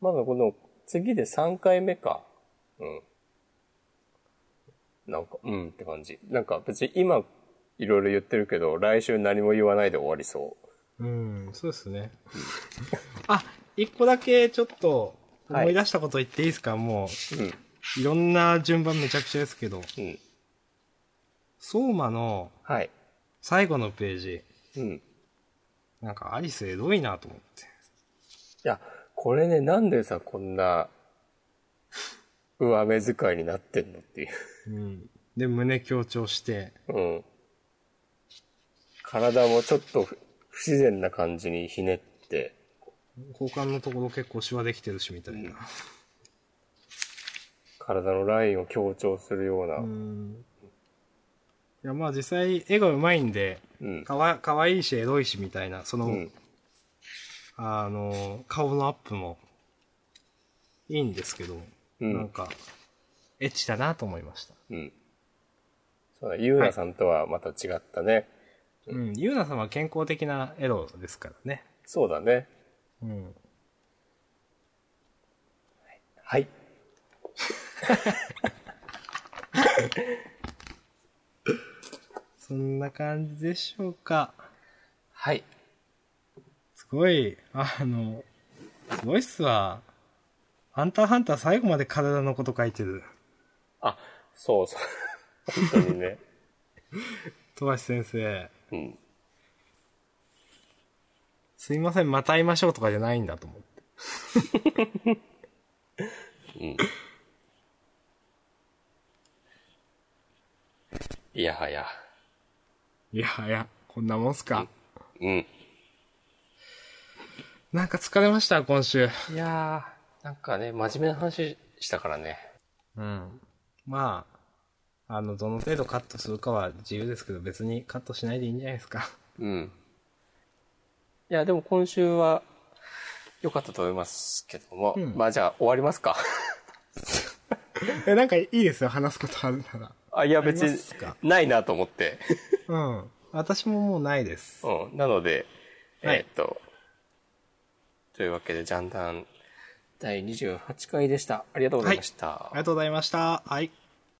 S2: まだこの、次で3回目か。うん。なんか、うんって感じ。なんか別に今、いろいろ言ってるけど、来週何も言わないで終わりそ
S1: うん、そうですね。 <laughs> あ、一個だけちょっと思い出したこと言っていいですか、も
S2: う。うん。
S1: う、いろんな順番めちゃくちゃですけど、
S2: うん。
S1: 相馬の
S2: はい。
S1: 最後のページ、
S2: うん。い
S1: なんかアリスエどいなと思って。
S2: や、これね、なんでさ、こんな、上目遣いになってんのっていう。
S1: うん。で、胸強調して、
S2: うん。体もちょっと不不自然な感じにひねって、
S1: 交換のところ結構シワできてるし、みたいな。
S2: 体のラインを強調するような。
S1: う
S2: うん。
S1: ん。いや、まあ実際、絵が上手いんで、かわかわいいし、エロいし、みたいな、その、
S2: うん
S1: あの、顔のアップも、いいんですけど、
S2: うん
S1: なんか、エッチだなと思いました。
S2: うん。そうだ、ゆうなさんとはまた違ったね。
S1: うん。ゆうなさんは健康的なエロですからね。
S2: そうだね。
S1: うん。
S2: はい。
S1: そんな感じでしょうか。
S2: はい。
S1: すごい、あの、すごいっすわ。ハンターハンター最後まで体のこと書いてる。
S2: あ、そうそう。本当に <laughs> ね。
S1: 富樫先生、
S2: うん。
S1: すいません、また会いましょうとかじゃないんだと思って。
S2: うん。いやはや。
S1: いやはや、こんなもんすか。
S2: うん。
S1: なんか疲れました、今週。
S2: いやー、なんかね、真面目な話したからね。
S1: うん。まあ、あの、どの程度カットするかは自由ですけど、別にカットしないでいいんじゃないですか。
S2: うん。いや、でも今週は良かったと思いますけども。
S1: うん
S2: まあじゃあ終わりますか。
S1: <laughs> え、なんかいいですよ、話すことあるなら。
S2: あ、いや別
S1: あり
S2: に
S1: ますか
S2: ないなと思って。
S1: うん。私ももうないです。
S2: うん。なので、
S1: はい
S2: えーっと、というわけで、ジャンダン第28回でした。ありがとうございました。
S1: ありがとうございました。はい。